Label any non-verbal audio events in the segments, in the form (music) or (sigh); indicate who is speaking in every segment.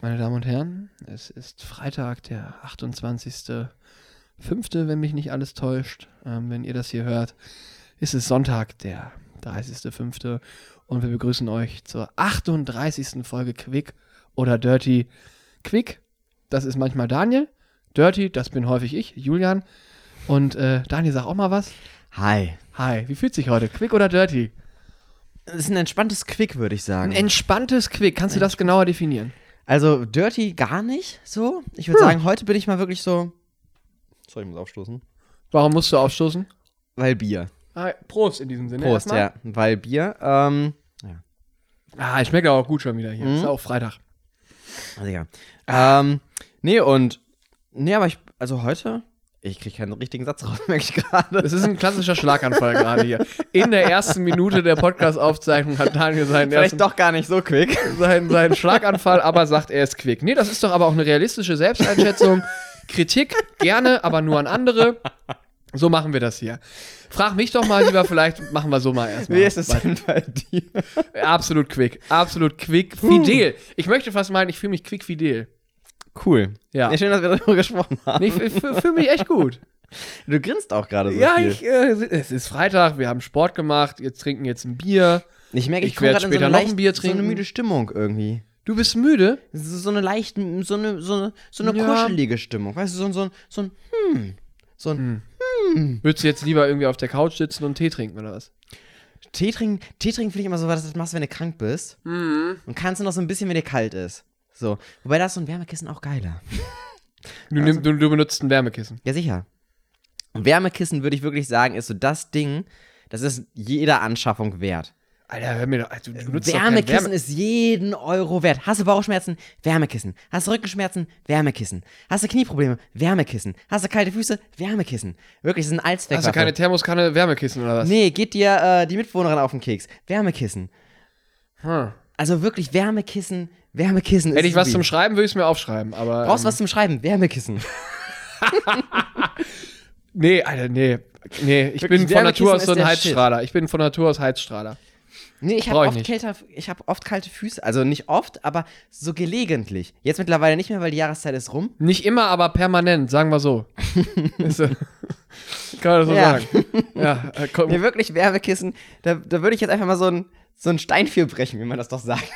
Speaker 1: Meine Damen und Herren, es ist Freitag, der 28.05., wenn mich nicht alles täuscht. Ähm, wenn ihr das hier hört, ist es Sonntag, der 30.05. Und wir begrüßen euch zur 38. Folge Quick oder Dirty. Quick, das ist manchmal Daniel. Dirty, das bin häufig ich, Julian. Und äh, Daniel, sag auch mal was.
Speaker 2: Hi.
Speaker 1: Hi, wie fühlt sich heute? Quick oder Dirty?
Speaker 2: Das ist ein entspanntes Quick, würde ich sagen.
Speaker 1: Ein entspanntes Quick. Kannst du das genauer definieren?
Speaker 2: also dirty gar nicht so. Ich würde
Speaker 1: Hm.
Speaker 2: sagen, heute bin ich mal wirklich so. Soll ich mal aufstoßen?
Speaker 1: Warum musst du aufstoßen?
Speaker 2: Weil Bier.
Speaker 1: Ah, Prost in diesem Sinne.
Speaker 2: Prost,
Speaker 1: erstmal.
Speaker 2: ja. Weil Bier. Ähm,
Speaker 1: Ah, ich schmecke auch gut schon wieder hier.
Speaker 2: Mhm.
Speaker 1: Ist ja auch Freitag.
Speaker 2: also ja. Ähm,
Speaker 1: Ah.
Speaker 2: nee, und. Nee, aber ich. Also heute. Ich kriege keinen richtigen Satz raus, (laughs) merke ich gerade.
Speaker 1: Das ist ein klassischer Schlaganfall gerade hier. In der ersten Minute der Podcast-Aufzeichnung hat Daniel seinen, ersten,
Speaker 2: Vielleicht doch gar nicht so quick.
Speaker 1: seinen, seinen Schlaganfall, aber sagt, er ist quick. Nee, das ist doch aber auch eine realistische Selbsteinschätzung. Kritik gerne, aber nur an andere. So machen wir das hier. Frag mich doch mal lieber, vielleicht machen wir so mal erstmal.
Speaker 2: Wie ist es denn bei dir?
Speaker 1: Absolut quick. Absolut quick. Fidel. Ich möchte fast meinen, ich fühle mich quick fidel.
Speaker 2: Cool.
Speaker 1: Ja.
Speaker 2: Nee, schön, dass wir darüber (laughs) gesprochen haben.
Speaker 1: Nee, ich fühle mich echt gut.
Speaker 2: Du grinst auch gerade so
Speaker 1: ja,
Speaker 2: viel.
Speaker 1: ich, äh, es ist Freitag, wir haben Sport gemacht, jetzt trinken jetzt ein Bier.
Speaker 2: Ich merke, ich,
Speaker 1: Ich
Speaker 2: komme
Speaker 1: werd
Speaker 2: gerade in so
Speaker 1: später
Speaker 2: eine,
Speaker 1: noch
Speaker 2: leicht,
Speaker 1: ein Bier
Speaker 2: so eine
Speaker 1: trinken.
Speaker 2: müde Stimmung irgendwie.
Speaker 1: Du bist müde?
Speaker 2: Es ist So eine leicht, so eine, so eine, so eine
Speaker 1: Ja.
Speaker 2: kuschelige Stimmung. Weißt du, so ein, so ein, so ein, hm. So ein
Speaker 1: Würdest du jetzt lieber irgendwie auf der Couch sitzen und Tee trinken oder was?
Speaker 2: Tee trinken, Tee trinken finde ich immer so, was du das machst, wenn du krank bist.
Speaker 1: Mhm.
Speaker 2: Und kannst du noch so ein bisschen, wenn dir kalt ist. So. Wobei da ist so ein Wärmekissen auch geiler.
Speaker 1: Du, nimm, du, du benutzt ein Wärmekissen.
Speaker 2: Ja, sicher. Und Wärmekissen würde ich wirklich sagen, ist so das Ding, das ist jeder Anschaffung wert.
Speaker 1: Alter, hör mir doch. Du, du benutzt doch kein
Speaker 2: Wärmekissen
Speaker 1: Wärme
Speaker 2: ist jeden Euro wert. Hast du Bauchschmerzen? Wärmekissen. Hast du Rückenschmerzen? Wärmekissen. Hast du Knieprobleme? Wärmekissen. Hast du kalte Füße? Wärmekissen. Wirklich, das ist ein Allzweckwaffe.
Speaker 1: Hast du keine Thermoskanne Wärmekissen oder was?
Speaker 2: Nee, geht dir äh, die Mitbewohnerin auf den Keks. Wärmekissen.
Speaker 1: Hm.
Speaker 2: Also wirklich Wärmekissen, Wärmekissen.
Speaker 1: Hätte
Speaker 2: ist
Speaker 1: ich was
Speaker 2: supi.
Speaker 1: zum Schreiben, würde ich es mir aufschreiben. Aber,
Speaker 2: Brauchst
Speaker 1: ähm,
Speaker 2: was zum Schreiben? Wärmekissen.
Speaker 1: Nee, Alter, nee. Nee, ich
Speaker 2: Wirklich,
Speaker 1: bin von Natur
Speaker 2: Wärmekissen
Speaker 1: aus so
Speaker 2: ist
Speaker 1: ein
Speaker 2: der
Speaker 1: Heizstrahler. Ich bin von Natur aus Heizstrahler.
Speaker 2: Nee, ich
Speaker 1: Brauch
Speaker 2: habe
Speaker 1: ich
Speaker 2: oft,
Speaker 1: nicht.
Speaker 2: kälter- ich hab oft kalte Füße. Also nicht oft, aber so gelegentlich. Jetzt mittlerweile nicht mehr, weil die Jahreszeit ist rum.
Speaker 1: Nicht immer, aber permanent, sagen wir (laughs) so. Ist so. (laughs) Kann man das so
Speaker 2: Ja.
Speaker 1: sagen? Ja, äh, komm,
Speaker 2: Nee, wirklich Wärmekissen. Da, da würde ich jetzt einfach mal so einen so einen Stein für brechen, wie man das doch sagt.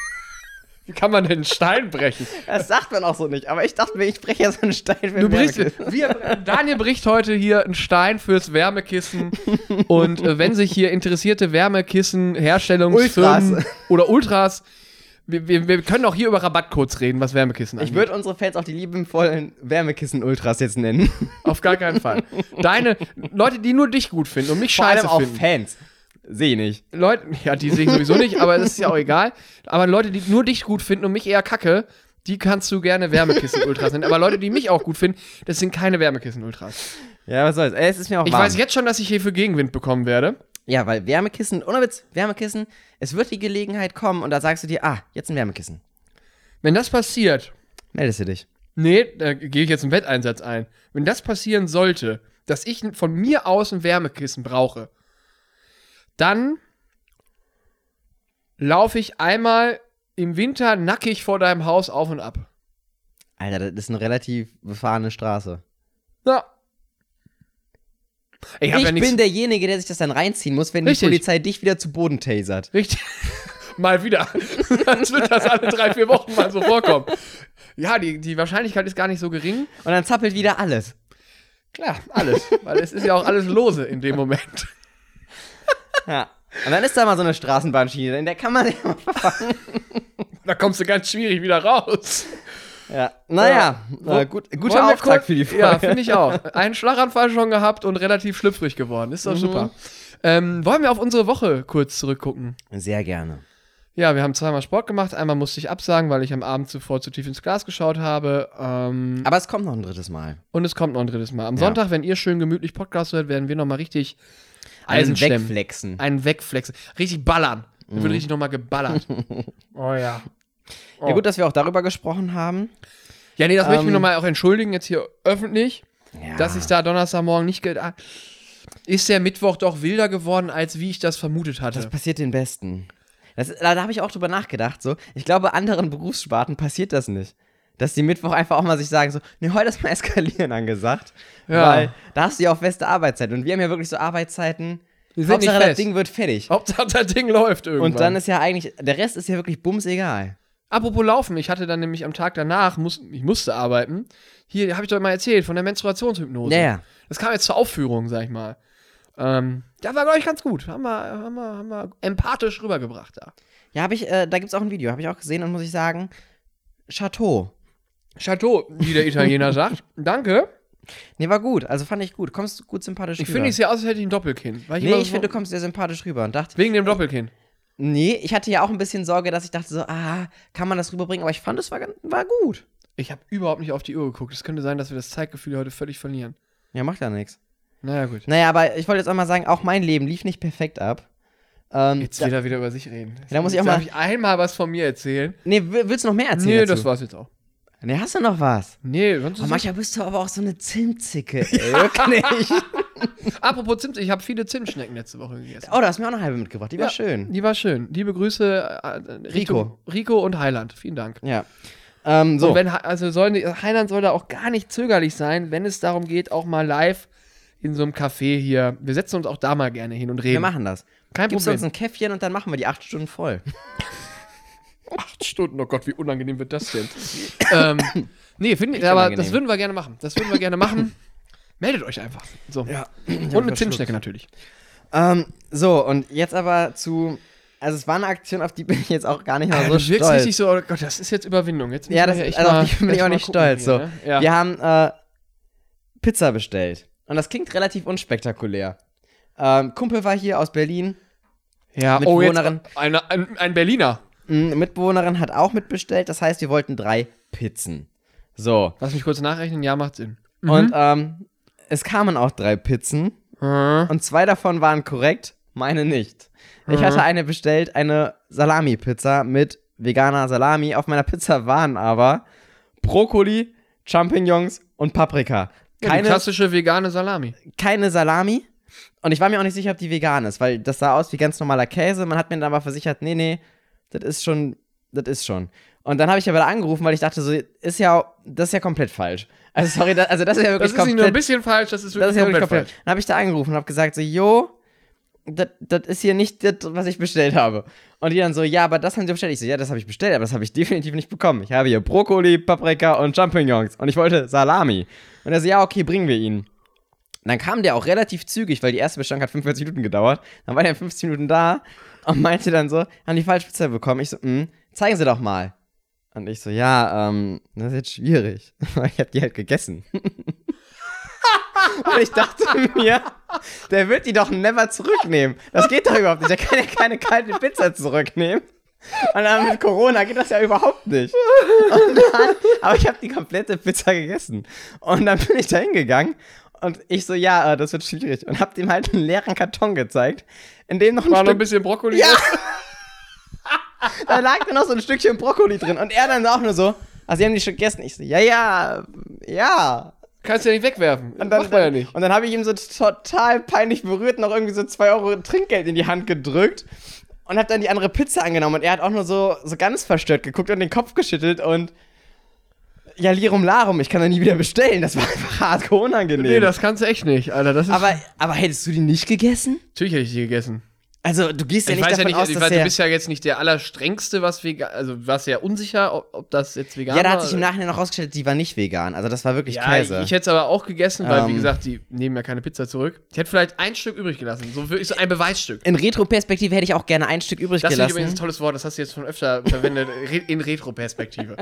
Speaker 2: (laughs)
Speaker 1: wie kann man denn einen Stein brechen?
Speaker 2: Das sagt man auch so nicht, aber ich dachte mir, ich breche jetzt so einen Stein für
Speaker 1: Du
Speaker 2: ein
Speaker 1: brichst,
Speaker 2: Wärmekissen.
Speaker 1: wir, Daniel bricht heute hier einen Stein fürs Wärmekissen. Und äh, wenn sich hier interessierte Wärmekissenherstellungsfirmen
Speaker 2: Ultras.
Speaker 1: oder Ultras, wir, wir, wir können auch hier über Rabattcodes reden, was Wärmekissen angeht.
Speaker 2: Ich würde unsere Fans auch die liebenvollen Wärmekissen-Ultras jetzt nennen.
Speaker 1: Auf gar keinen Fall. Deine Leute, die nur dich gut finden und mich
Speaker 2: Vor allem
Speaker 1: scheiße
Speaker 2: auch
Speaker 1: finden.
Speaker 2: Fans. Sehe ich nicht.
Speaker 1: Leute, ja, die sehe ich sowieso nicht, aber es ist ja auch egal. Aber Leute, die nur dich gut finden und mich eher kacke, die kannst du gerne Wärmekissen-Ultras nennen. Aber Leute, die mich auch gut finden, das sind keine Wärmekissen-Ultras.
Speaker 2: Ja, was soll's. Ey, es ist mir auch
Speaker 1: Ich
Speaker 2: warm.
Speaker 1: weiß jetzt schon, dass ich hier für Gegenwind bekommen werde.
Speaker 2: Ja, weil Wärmekissen, ohne Witz, Wärmekissen, es wird die Gelegenheit kommen und da sagst du dir, ah, jetzt ein Wärmekissen.
Speaker 1: Wenn das passiert,
Speaker 2: Meldest du dich.
Speaker 1: nee, da gehe ich jetzt einen Wetteinsatz ein. Wenn das passieren sollte, dass ich von mir aus ein Wärmekissen brauche, dann laufe ich einmal im Winter nackig vor deinem Haus auf und ab.
Speaker 2: Alter, das ist eine relativ befahrene Straße.
Speaker 1: Ja. Ich, hab
Speaker 2: ich
Speaker 1: ja nichts-
Speaker 2: bin derjenige, der sich das dann reinziehen muss, wenn
Speaker 1: Richtig.
Speaker 2: die Polizei dich wieder zu Boden tasert.
Speaker 1: Richtig. (laughs) mal wieder. Sonst wird das alle drei, vier Wochen mal so vorkommen. Ja, die, die Wahrscheinlichkeit ist gar nicht so gering.
Speaker 2: Und dann zappelt
Speaker 1: (laughs)
Speaker 2: wieder alles.
Speaker 1: Klar, alles. Weil es ist ja auch alles lose in dem Moment.
Speaker 2: Ja. Und dann ist da mal so eine Straßenbahnschiene, in der kann man
Speaker 1: Da kommst du ganz schwierig wieder raus.
Speaker 2: Ja. Naja,
Speaker 1: Ja.
Speaker 2: äh, gut,
Speaker 1: Wollen
Speaker 2: guter
Speaker 1: wir
Speaker 2: Auftrag
Speaker 1: kurz-
Speaker 2: für die
Speaker 1: Ja,
Speaker 2: Folge.
Speaker 1: finde ich auch. Einen Schlaganfall schon gehabt und relativ schlüpfrig geworden.
Speaker 2: Mhm.
Speaker 1: Ist doch super. Ähm, wollen wir auf unsere Woche kurz zurückgucken?
Speaker 2: Sehr gerne.
Speaker 1: Ja, wir haben zweimal Sport gemacht. Einmal musste ich absagen, weil ich am Abend zuvor zu tief ins Glas geschaut habe. Ähm,
Speaker 2: Aber es kommt noch ein drittes Mal.
Speaker 1: Und es kommt noch ein drittes Mal. Am
Speaker 2: Ja.
Speaker 1: Sonntag, wenn ihr schön gemütlich Podcast hört, werden wir nochmal richtig Eisen
Speaker 2: Einen
Speaker 1: stemmen.
Speaker 2: wegflexen. Mhm.
Speaker 1: Einen wegflexen. Richtig ballern. Da wird richtig nochmal
Speaker 2: (laughs)
Speaker 1: geballert. oh ja. Oh.
Speaker 2: Ja, gut, dass wir auch darüber gesprochen haben.
Speaker 1: Ja, nee, das möchte ich mich
Speaker 2: Ähm.
Speaker 1: nochmal auch entschuldigen, jetzt hier öffentlich,
Speaker 2: Ja.
Speaker 1: dass ich da Donnerstagmorgen nicht. ge- ah, Ist der Mittwoch doch wilder geworden, als wie ich das vermutet
Speaker 2: Das
Speaker 1: hatte.
Speaker 2: passiert den Besten. Das, da da habe ich auch drüber nachgedacht. So. Ich glaube, anderen Berufssparten passiert das nicht. Dass die Mittwoch einfach auch mal sich sagen, so, nee, heute ist mal (laughs) Eskalieren angesagt.
Speaker 1: Ja.
Speaker 2: Weil da hast du ja auch feste Arbeitszeiten. Und wir haben ja wirklich so Arbeitszeiten.
Speaker 1: Die sind nicht
Speaker 2: Hauptsache, das
Speaker 1: fest.
Speaker 2: Ding wird fertig.
Speaker 1: Hauptsache, das Ding läuft irgendwann.
Speaker 2: Und dann ist ja eigentlich, der Rest ist ja wirklich bums egal.
Speaker 1: Apropos Laufen, ich hatte dann nämlich am Tag danach, muss, ich musste arbeiten. Hier habe ich doch mal erzählt von der Menstruationshypnose.
Speaker 2: Ja, ja.
Speaker 1: Das kam jetzt zur Aufführung, sag ich mal. Ähm, da war, glaube ich, ganz gut. Haben wir, haben, wir, haben wir empathisch rübergebracht da.
Speaker 2: Ja, habe ich, äh, da gibt's auch ein Video, habe ich auch gesehen und muss ich sagen, Chateau.
Speaker 1: Chateau, wie der
Speaker 2: (laughs)
Speaker 1: Italiener sagt. Danke.
Speaker 2: Nee, war gut. Also fand ich gut. Kommst gut sympathisch
Speaker 1: Ich
Speaker 2: rüber.
Speaker 1: finde, ich sehe aus, als hätte ich ein Doppelkinn. Weil
Speaker 2: Nee,
Speaker 1: immer
Speaker 2: ich
Speaker 1: so-
Speaker 2: finde, du kommst sehr sympathisch rüber und dachte,
Speaker 1: Wegen dem Doppelkinn.
Speaker 2: nee, ich hatte ja auch ein bisschen Sorge, dass ich dachte so, ah, kann man das rüberbringen? Aber ich fand, es war, gan- war gut.
Speaker 1: Ich habe überhaupt nicht auf die Uhr geguckt. Es könnte sein, dass wir das Zeitgefühl heute völlig verlieren.
Speaker 2: Ja, macht ja nichts.
Speaker 1: Naja, gut.
Speaker 2: Naja, aber ich wollte jetzt auch mal sagen, auch mein Leben lief nicht perfekt ab. Ähm,
Speaker 1: Jetzt
Speaker 2: da,
Speaker 1: will er wieder über sich reden.
Speaker 2: Da muss ich auch
Speaker 1: Darf
Speaker 2: mal-
Speaker 1: ich einmal was von mir erzählen?
Speaker 2: nee, will- willst du noch mehr erzählen?
Speaker 1: nee,
Speaker 2: dazu?
Speaker 1: das war's jetzt auch.
Speaker 2: Nee, hast du noch was?
Speaker 1: Nee, sonst
Speaker 2: Oh,
Speaker 1: ist
Speaker 2: manchmal bist du aber auch so eine (laughs) Zimtzicke, ey. Wirklich.
Speaker 1: es- Apropos Zimt, ich habe viele Zimtschnecken letzte Woche gegessen.
Speaker 2: Oh, du hast mir auch eine halbe mitgebracht. Die war
Speaker 1: Ja,
Speaker 2: schön.
Speaker 1: Die war schön. Liebe Grüße äh, äh, Richtung- Rico und Heiland. Vielen Dank.
Speaker 2: Ja. Ähm, so.
Speaker 1: Und wenn, He- also sollen, die- Heiland soll da auch gar nicht zögerlich sein, wenn es darum geht, auch mal live in so einem Café hier. Wir setzen uns auch da mal gerne hin und reden.
Speaker 2: Wir machen das.
Speaker 1: Kein
Speaker 2: Gibst du uns
Speaker 1: Problem.
Speaker 2: ein Käffchen und dann machen wir die acht Stunden voll.
Speaker 1: Acht Stunden, oh Gott, wie unangenehm wird das denn? (laughs) ähm, nee, finde ich,
Speaker 2: Echt
Speaker 1: aber
Speaker 2: unangenehm.
Speaker 1: das würden wir gerne machen. Das würden wir gerne machen. (laughs) Meldet euch einfach. So. Und eine
Speaker 2: verschluckt.
Speaker 1: Zimtschnecke natürlich.
Speaker 2: Ähm, so, und jetzt aber zu. Also, es war eine Aktion, auf die bin ich jetzt auch gar Ah, nicht mal so
Speaker 1: du wirkst
Speaker 2: stolz.
Speaker 1: richtig so, oh Gott, das ist jetzt Überwindung. Jetzt
Speaker 2: ja, das
Speaker 1: müssen wir
Speaker 2: ist
Speaker 1: echt
Speaker 2: also,
Speaker 1: mal-
Speaker 2: auf die (laughs) bin
Speaker 1: echt
Speaker 2: ich auch
Speaker 1: mal
Speaker 2: nicht
Speaker 1: gucken
Speaker 2: stolz.
Speaker 1: hier,
Speaker 2: so.
Speaker 1: ne? Ja.
Speaker 2: Wir haben äh, Pizza bestellt. Und das klingt relativ unspektakulär. Ähm, Kumpel war hier aus Berlin.
Speaker 1: ja.
Speaker 2: mit
Speaker 1: oh, jetzt
Speaker 2: Bewohnerin.
Speaker 1: eine, ein, ein Berliner.
Speaker 2: Eine Hm, Mitbewohnerin hat auch mitbestellt. Das heißt, wir wollten drei Pizzen. So.
Speaker 1: Lass mich kurz nachrechnen. Ja, macht Sinn.
Speaker 2: Und ähm, es kamen auch drei Pizzen.
Speaker 1: Äh,
Speaker 2: Und zwei davon waren korrekt, meine nicht. Ich hatte
Speaker 1: Mhm.
Speaker 2: eine bestellt, eine Salami-Pizza mit veganer Salami. Auf meiner Pizza waren aber Brokkoli, Champignons und
Speaker 1: ja,
Speaker 2: Paprika.
Speaker 1: die
Speaker 2: Keine,
Speaker 1: klassische vegane Salami.
Speaker 2: keine Salami. Und ich war mir auch nicht sicher, ob die vegan ist, weil das sah aus wie ganz normaler Käse. Man hat mir dann aber versichert, nee, nee, das ist schon, das ist schon. Und dann habe ich aber da angerufen, weil ich dachte, so, ist ja, das ist ja komplett falsch. Also sorry, das, also das ist ja
Speaker 1: Das
Speaker 2: wirklich
Speaker 1: ist nicht nur
Speaker 2: komplett
Speaker 1: ein bisschen falsch, das ist wirklich
Speaker 2: das ist ja wirklich
Speaker 1: komplett
Speaker 2: komplett.
Speaker 1: falsch.
Speaker 2: Dann habe ich da angerufen und habe gesagt so, jo, das das ist hier nicht das, was ich bestellt habe. Und die dann so, ja, aber das haben sie bestellt. Ich so, ja, das habe ich bestellt, aber das habe ich definitiv nicht bekommen. Ich habe hier Brokkoli, Paprika und Champignons und ich wollte Salami. Und er so, ja, okay, bringen wir ihn. Dann kam der auch relativ zügig, weil die erste Bestellung hat 45 Minuten gedauert. Dann war der in 15 Minuten da und meinte dann so, haben die falsche Pizza bekommen. Ich so, hm, zeigen Sie doch mal. Und ich so, ja, ähm, das ist jetzt schwierig. (laughs) ich habe die halt gegessen. Und ich dachte mir, der wird die doch never zurücknehmen. Das geht doch überhaupt nicht. Der kann ja keine kalte Pizza zurücknehmen. Und dann mit Corona geht das ja überhaupt nicht. Und dann, aber ich habe die komplette Pizza gegessen. Und dann bin ich da hingegangen und ich so, ja, äh, das wird schwierig. Und hab dem halt einen leeren Karton gezeigt, in dem noch ein
Speaker 1: War noch ein
Speaker 2: Stück
Speaker 1: bisschen Brokkoli.
Speaker 2: ja! da lag dann noch so ein Stückchen Brokkoli drin. Und er dann auch nur so, also sie haben die schon gegessen. Ich so, ja, ja, ja.
Speaker 1: Kannst du ja nicht wegwerfen.
Speaker 2: Und dann, äh,
Speaker 1: Macht man ja nicht.
Speaker 2: und dann habe ich ihm so total peinlich berührt noch irgendwie so 2 Euro Trinkgeld in die Hand gedrückt und habe dann die andere Pizza angenommen. Und er hat auch nur so, so ganz verstört geguckt und den Kopf geschüttelt und ja, Lirum Larum, ich kann da nie wieder bestellen. Das war einfach hardcore unangenehm.
Speaker 1: Nee, das kannst du echt nicht, Alter. Das ist
Speaker 2: aber, aber hättest du die nicht gegessen?
Speaker 1: natürlich hätte ich die gegessen.
Speaker 2: Also, du gehst ja
Speaker 1: Ich
Speaker 2: nicht
Speaker 1: weiß ja
Speaker 2: davon
Speaker 1: nicht,
Speaker 2: aus,
Speaker 1: ich
Speaker 2: dass
Speaker 1: weiß, du
Speaker 2: er...
Speaker 1: bist ja jetzt nicht der allerstrengste, was vegan, also warst ja unsicher, ob, ob das jetzt vegan
Speaker 2: Ja, da
Speaker 1: war.
Speaker 2: hat sich im Nachhinein noch rausgestellt, die war nicht vegan. Also, das war wirklich
Speaker 1: ja,
Speaker 2: Käse.
Speaker 1: ich hätte es aber auch gegessen, weil, wie
Speaker 2: Ähm.
Speaker 1: gesagt, die nehmen ja keine Pizza zurück. Ich hätte vielleicht ein Stück übrig gelassen, so wirklich so ein Beweisstück.
Speaker 2: In Retro-Perspektive hätte ich auch gerne ein Stück übrig
Speaker 1: Das finde ich
Speaker 2: gelassen.
Speaker 1: übrigens ein tolles Wort, das hast du jetzt schon öfter
Speaker 2: (laughs)
Speaker 1: verwendet, re- in Retro-Perspektive.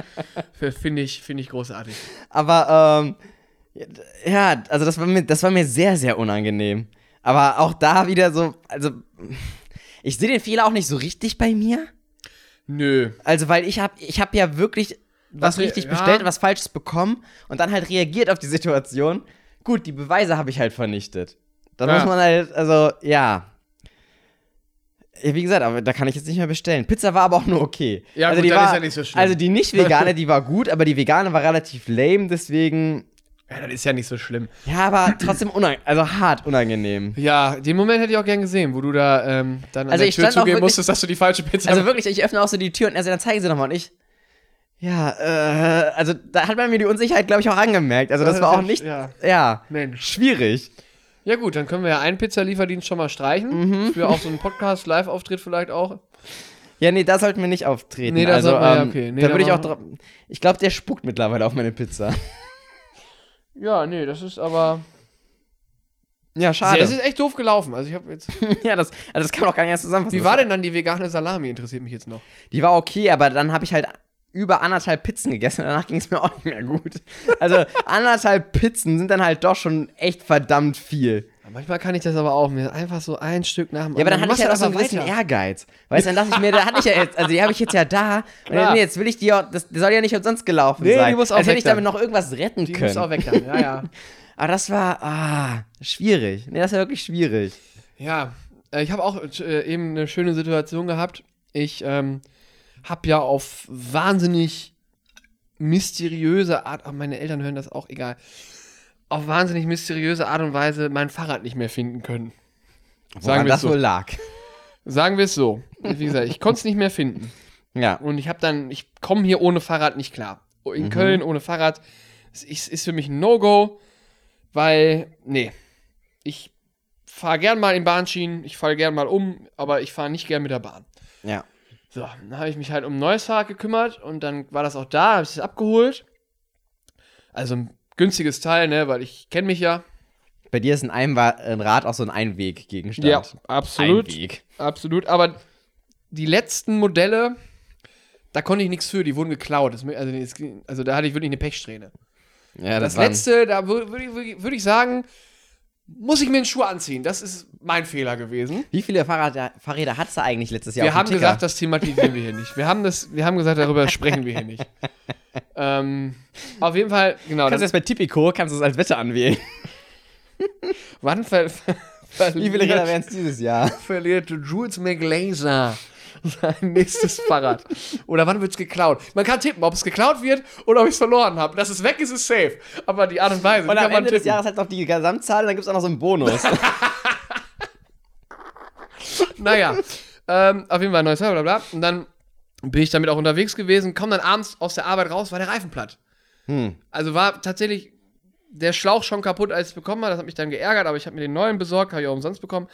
Speaker 1: F- Finde ich, finde ich großartig.
Speaker 2: aber ähm, ja, also das war mir, das war mir sehr, sehr unangenehm. Aber auch da wieder so, also ich sehe den Fehler auch nicht so richtig bei mir.
Speaker 1: Nö.
Speaker 2: Also weil ich habe, ich habe ja wirklich was
Speaker 1: Was wir-
Speaker 2: richtig
Speaker 1: ja.
Speaker 2: bestellt, was Falsches bekommen und dann halt reagiert auf die Situation. Gut, die Beweise habe ich halt vernichtet. Dann
Speaker 1: Ja.
Speaker 2: muss man halt, also ja. Ja, Wie gesagt, aber da kann ich jetzt nicht mehr bestellen. Pizza war aber auch nur okay.
Speaker 1: Ja,
Speaker 2: also
Speaker 1: gut,
Speaker 2: die
Speaker 1: dann (laughs)
Speaker 2: war,
Speaker 1: ist ja nicht so schlimm.
Speaker 2: Also die nicht vegane, die war gut, aber die vegane war relativ lame, deswegen
Speaker 1: Ja, das ist ja nicht so schlimm.
Speaker 2: Ja, aber trotzdem unangenehm, also hart unangenehm.
Speaker 1: Ja, den Moment hätte ich auch gern gesehen, wo du da ähm, dann an
Speaker 2: Also
Speaker 1: der
Speaker 2: ich
Speaker 1: Tür
Speaker 2: stand auch
Speaker 1: zugeben
Speaker 2: wirklich-
Speaker 1: musstest, dass du die falsche Pizza (laughs)
Speaker 2: Also wirklich, ich öffne auch so die Tür und er so, dann zeigen sie nochmal und ich. Ja, äh, also da hat man mir die Unsicherheit, glaube ich, auch angemerkt. Also das war auch nicht,
Speaker 1: Ja,
Speaker 2: ja,
Speaker 1: Mensch.
Speaker 2: schwierig.
Speaker 1: Ja gut, dann können wir ja einen Pizzalieferdienst schon mal streichen.
Speaker 2: Mhm.
Speaker 1: Für auch so einen Podcast, Live-Auftritt vielleicht auch.
Speaker 2: Ja, nee, da sollten wir nicht auftreten.
Speaker 1: Nee, da
Speaker 2: also,
Speaker 1: sollten wir- ja,
Speaker 2: ähm,
Speaker 1: okay. Nee,
Speaker 2: da
Speaker 1: da
Speaker 2: würde ich auch,
Speaker 1: machen
Speaker 2: dra- ich glaube, der spuckt mittlerweile auf
Speaker 1: (laughs)
Speaker 2: meine Pizza.
Speaker 1: Ja, nee, das ist aber...
Speaker 2: Ja, schade.
Speaker 1: Es ist echt doof gelaufen. Also ich habe jetzt...
Speaker 2: (laughs) ja, das, also das kann man auch gar nicht erst zusammenfassen. (laughs)
Speaker 1: Wie war denn dann die vegane Salami? Interessiert mich jetzt noch.
Speaker 2: Die war okay, aber dann habe ich halt über anderthalb Pizzen gegessen und danach ging es mir (laughs) auch nicht mehr gut. Also anderthalb Pizzen sind dann halt doch schon echt verdammt viel.
Speaker 1: Manchmal kann ich das aber auch. Mir einfach so ein Stück nach dem
Speaker 2: Ja, aber dann hatte ich
Speaker 1: machst
Speaker 2: halt auch
Speaker 1: du
Speaker 2: so einen
Speaker 1: einfach
Speaker 2: gewissen
Speaker 1: weiter.
Speaker 2: Ehrgeiz. Weißt du, dann dachte ich mir, da hatte ich ja jetzt, also die habe ich jetzt ja da. Und
Speaker 1: Klar.
Speaker 2: dann, nee, jetzt will ich die auch, das die soll ja nicht umsonst gelaufen
Speaker 1: Nee, die
Speaker 2: sein.
Speaker 1: muss auch
Speaker 2: Als
Speaker 1: weg
Speaker 2: hätte ich damit
Speaker 1: dann.
Speaker 2: noch irgendwas retten
Speaker 1: Die
Speaker 2: können.
Speaker 1: muss auch weg dann, ja, ja.
Speaker 2: Aber das war, ah, schwierig. Nee, das war wirklich schwierig.
Speaker 1: Ja, äh, ich habe auch äh, eben eine schöne Situation gehabt. Ich ähm, habe ja auf wahnsinnig mysteriöse Art, oh, meine Eltern hören das auch, egal, auf wahnsinnig mysteriöse Art und Weise mein Fahrrad nicht mehr finden können. Sagen
Speaker 2: Woran
Speaker 1: wir es
Speaker 2: das wohl
Speaker 1: so.
Speaker 2: lag.
Speaker 1: Sagen wir es so. Wie gesagt, ich konnte es nicht mehr finden.
Speaker 2: Ja.
Speaker 1: Und ich habe dann, ich komme hier ohne Fahrrad nicht klar. In Köln ohne Fahrrad ist, ist, ist für mich ein No-Go, weil, nee, ich fahre gern mal in Bahnschienen, ich falle gern mal um, aber ich fahre nicht gern mit der Bahn.
Speaker 2: Ja.
Speaker 1: So, dann habe ich mich halt um ein neues Fahrrad gekümmert und dann war das auch da, habe ich es abgeholt. Also ein günstiges Teil, ne, weil ich kenne mich ja.
Speaker 2: Bei dir ist ein, Einwa ein Rad auch so ein Einweggegenstand. Einweg.
Speaker 1: Absolut, aber die letzten Modelle, da konnte ich nichts für, die wurden geklaut. Das, also, es ging- also da hatte ich wirklich eine Pechsträhne.
Speaker 2: Ja,
Speaker 1: Das,
Speaker 2: waren-
Speaker 1: letzte, da würde würd, ich- würd ich- würd ich sagen, muss ich mir einen Schuh anziehen. Das ist mein Fehler gewesen.
Speaker 2: Wie viele Fahrräder, Fahrräder hattest du eigentlich letztes Jahr?
Speaker 1: Wir
Speaker 2: auf dem
Speaker 1: haben
Speaker 2: Ticker?
Speaker 1: gesagt, das thematisieren wir hier nicht. Wir haben, das, wir haben gesagt, darüber sprechen wir hier
Speaker 2: (laughs)
Speaker 1: nicht. ähm, auf jeden Fall, genau.
Speaker 2: kannst du
Speaker 1: Dann,
Speaker 2: jetzt bei Tipico, kannst du es als Wette anwählen.
Speaker 1: wann ver, (laughs) ver,
Speaker 2: Wie viele Räder
Speaker 1: verliert,
Speaker 2: wären es dieses Jahr?
Speaker 1: verliert Jules McGlaser sein nächstes Fahrrad? Oder wann wird es geklaut? Man kann tippen, ob es geklaut wird oder ob ich es verloren habe. Dass es weg ist, ist safe. Aber die Art und Weise, die
Speaker 2: Und am
Speaker 1: kann man
Speaker 2: Ende des
Speaker 1: tippen.
Speaker 2: Jahres halt noch die Gesamtzahl und dann gibt es auch noch so einen Bonus.
Speaker 1: Naja, ähm, auf jeden Fall neues Fahrrad, bla bla. Und dann bin ich damit auch unterwegs gewesen, komm dann abends aus der Arbeit raus, war der Reifen platt.
Speaker 2: Hm.
Speaker 1: Also war tatsächlich der Schlauch schon kaputt, als ich es bekommen habe. Das hat mich dann geärgert, aber ich habe mir den neuen besorgt, habe ich auch umsonst bekommen.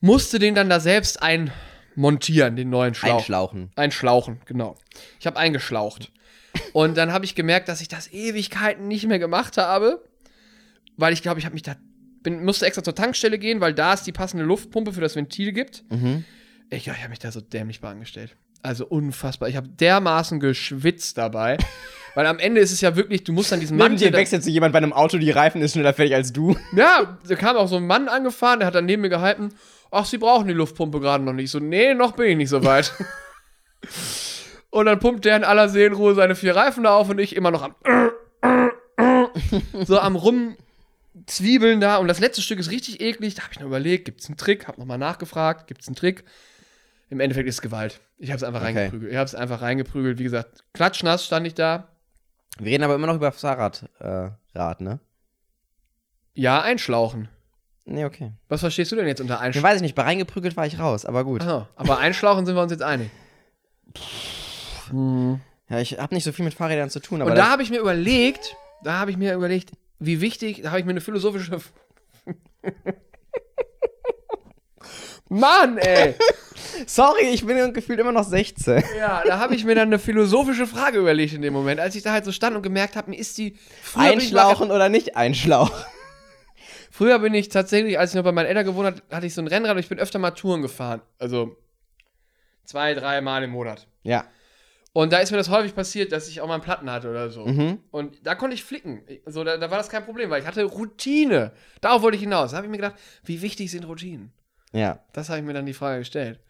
Speaker 1: Musste den dann da selbst einmontieren, den neuen Schlauch.
Speaker 2: Einschlauchen.
Speaker 1: Einschlauchen, genau. Ich habe eingeschlaucht. Und dann habe ich gemerkt, dass ich das Ewigkeiten nicht mehr gemacht habe, weil ich glaube, ich habe mich da bin, musste extra zur Tankstelle gehen, weil da es die passende Luftpumpe für das Ventil gibt. Ich glaube, ich habe mich da so dämlich bei angestellt. Also unfassbar. Ich habe dermaßen geschwitzt dabei, weil am Ende ist es ja wirklich, du musst an diesem
Speaker 2: Neben
Speaker 1: Mantel
Speaker 2: dir
Speaker 1: da-
Speaker 2: wechselt zu jemand bei einem Auto, die Reifen ist schneller fertig als du.
Speaker 1: ja, da kam auch so ein Mann angefahren, der hat dann neben mir gehalten, ach, sie brauchen die Luftpumpe gerade noch nicht. So, nee, noch bin ich nicht so weit. und dann pumpt der in aller Seelenruhe seine vier Reifen da auf und ich immer noch am so am rumzwiebeln da. Und das letzte Stück ist richtig eklig. Da habe ich noch überlegt, gibt's einen Trick? Hab nochmal nachgefragt, gibt's einen Trick? Im Endeffekt ist es Gewalt. Ich habe es einfach
Speaker 2: Okay.
Speaker 1: reingeprügelt. Ich habe es einfach reingeprügelt. Wie gesagt, klatschnass stand ich da.
Speaker 2: Wir reden aber immer noch über Fahrrad, äh, Rad, ne?
Speaker 1: Ja, einschlauchen.
Speaker 2: Nee, okay.
Speaker 1: Was verstehst du denn jetzt unter
Speaker 2: Ich
Speaker 1: einschlauchen?
Speaker 2: weiß ich nicht, bei reingeprügelt war ich raus, aber gut.
Speaker 1: Aha, aber einschlauchen sind wir uns jetzt einig.
Speaker 2: Ja, ich habe nicht so viel mit Fahrrädern zu tun, aber
Speaker 1: Und da
Speaker 2: das-
Speaker 1: habe ich mir überlegt, da habe ich mir überlegt, wie wichtig, da habe ich mir eine philosophische. Mann, ey!
Speaker 2: sorry, ich bin gefühlt immer noch 16.
Speaker 1: Ja, da habe ich mir dann eine philosophische Frage überlegt in dem Moment, als ich da halt so stand und gemerkt habe, mir ist die. Früher bin ich mal-
Speaker 2: Einschlauchen oder nicht einschlauchen?
Speaker 1: Früher bin ich tatsächlich, als ich noch bei meinen Eltern gewohnt habe, hatte ich so ein Rennrad und ich bin öfter mal Touren gefahren. Also zwei, drei Mal im Monat.
Speaker 2: Ja.
Speaker 1: Und da ist mir das häufig passiert, dass ich auch mal einen Platten hatte oder so.
Speaker 2: Mhm.
Speaker 1: Und da konnte ich flicken. So, da, da war das kein Problem, weil ich hatte Routine. Darauf wollte ich hinaus. Da habe ich mir gedacht, wie wichtig sind Routinen?
Speaker 2: Ja.
Speaker 1: Das habe ich mir dann die Frage gestellt.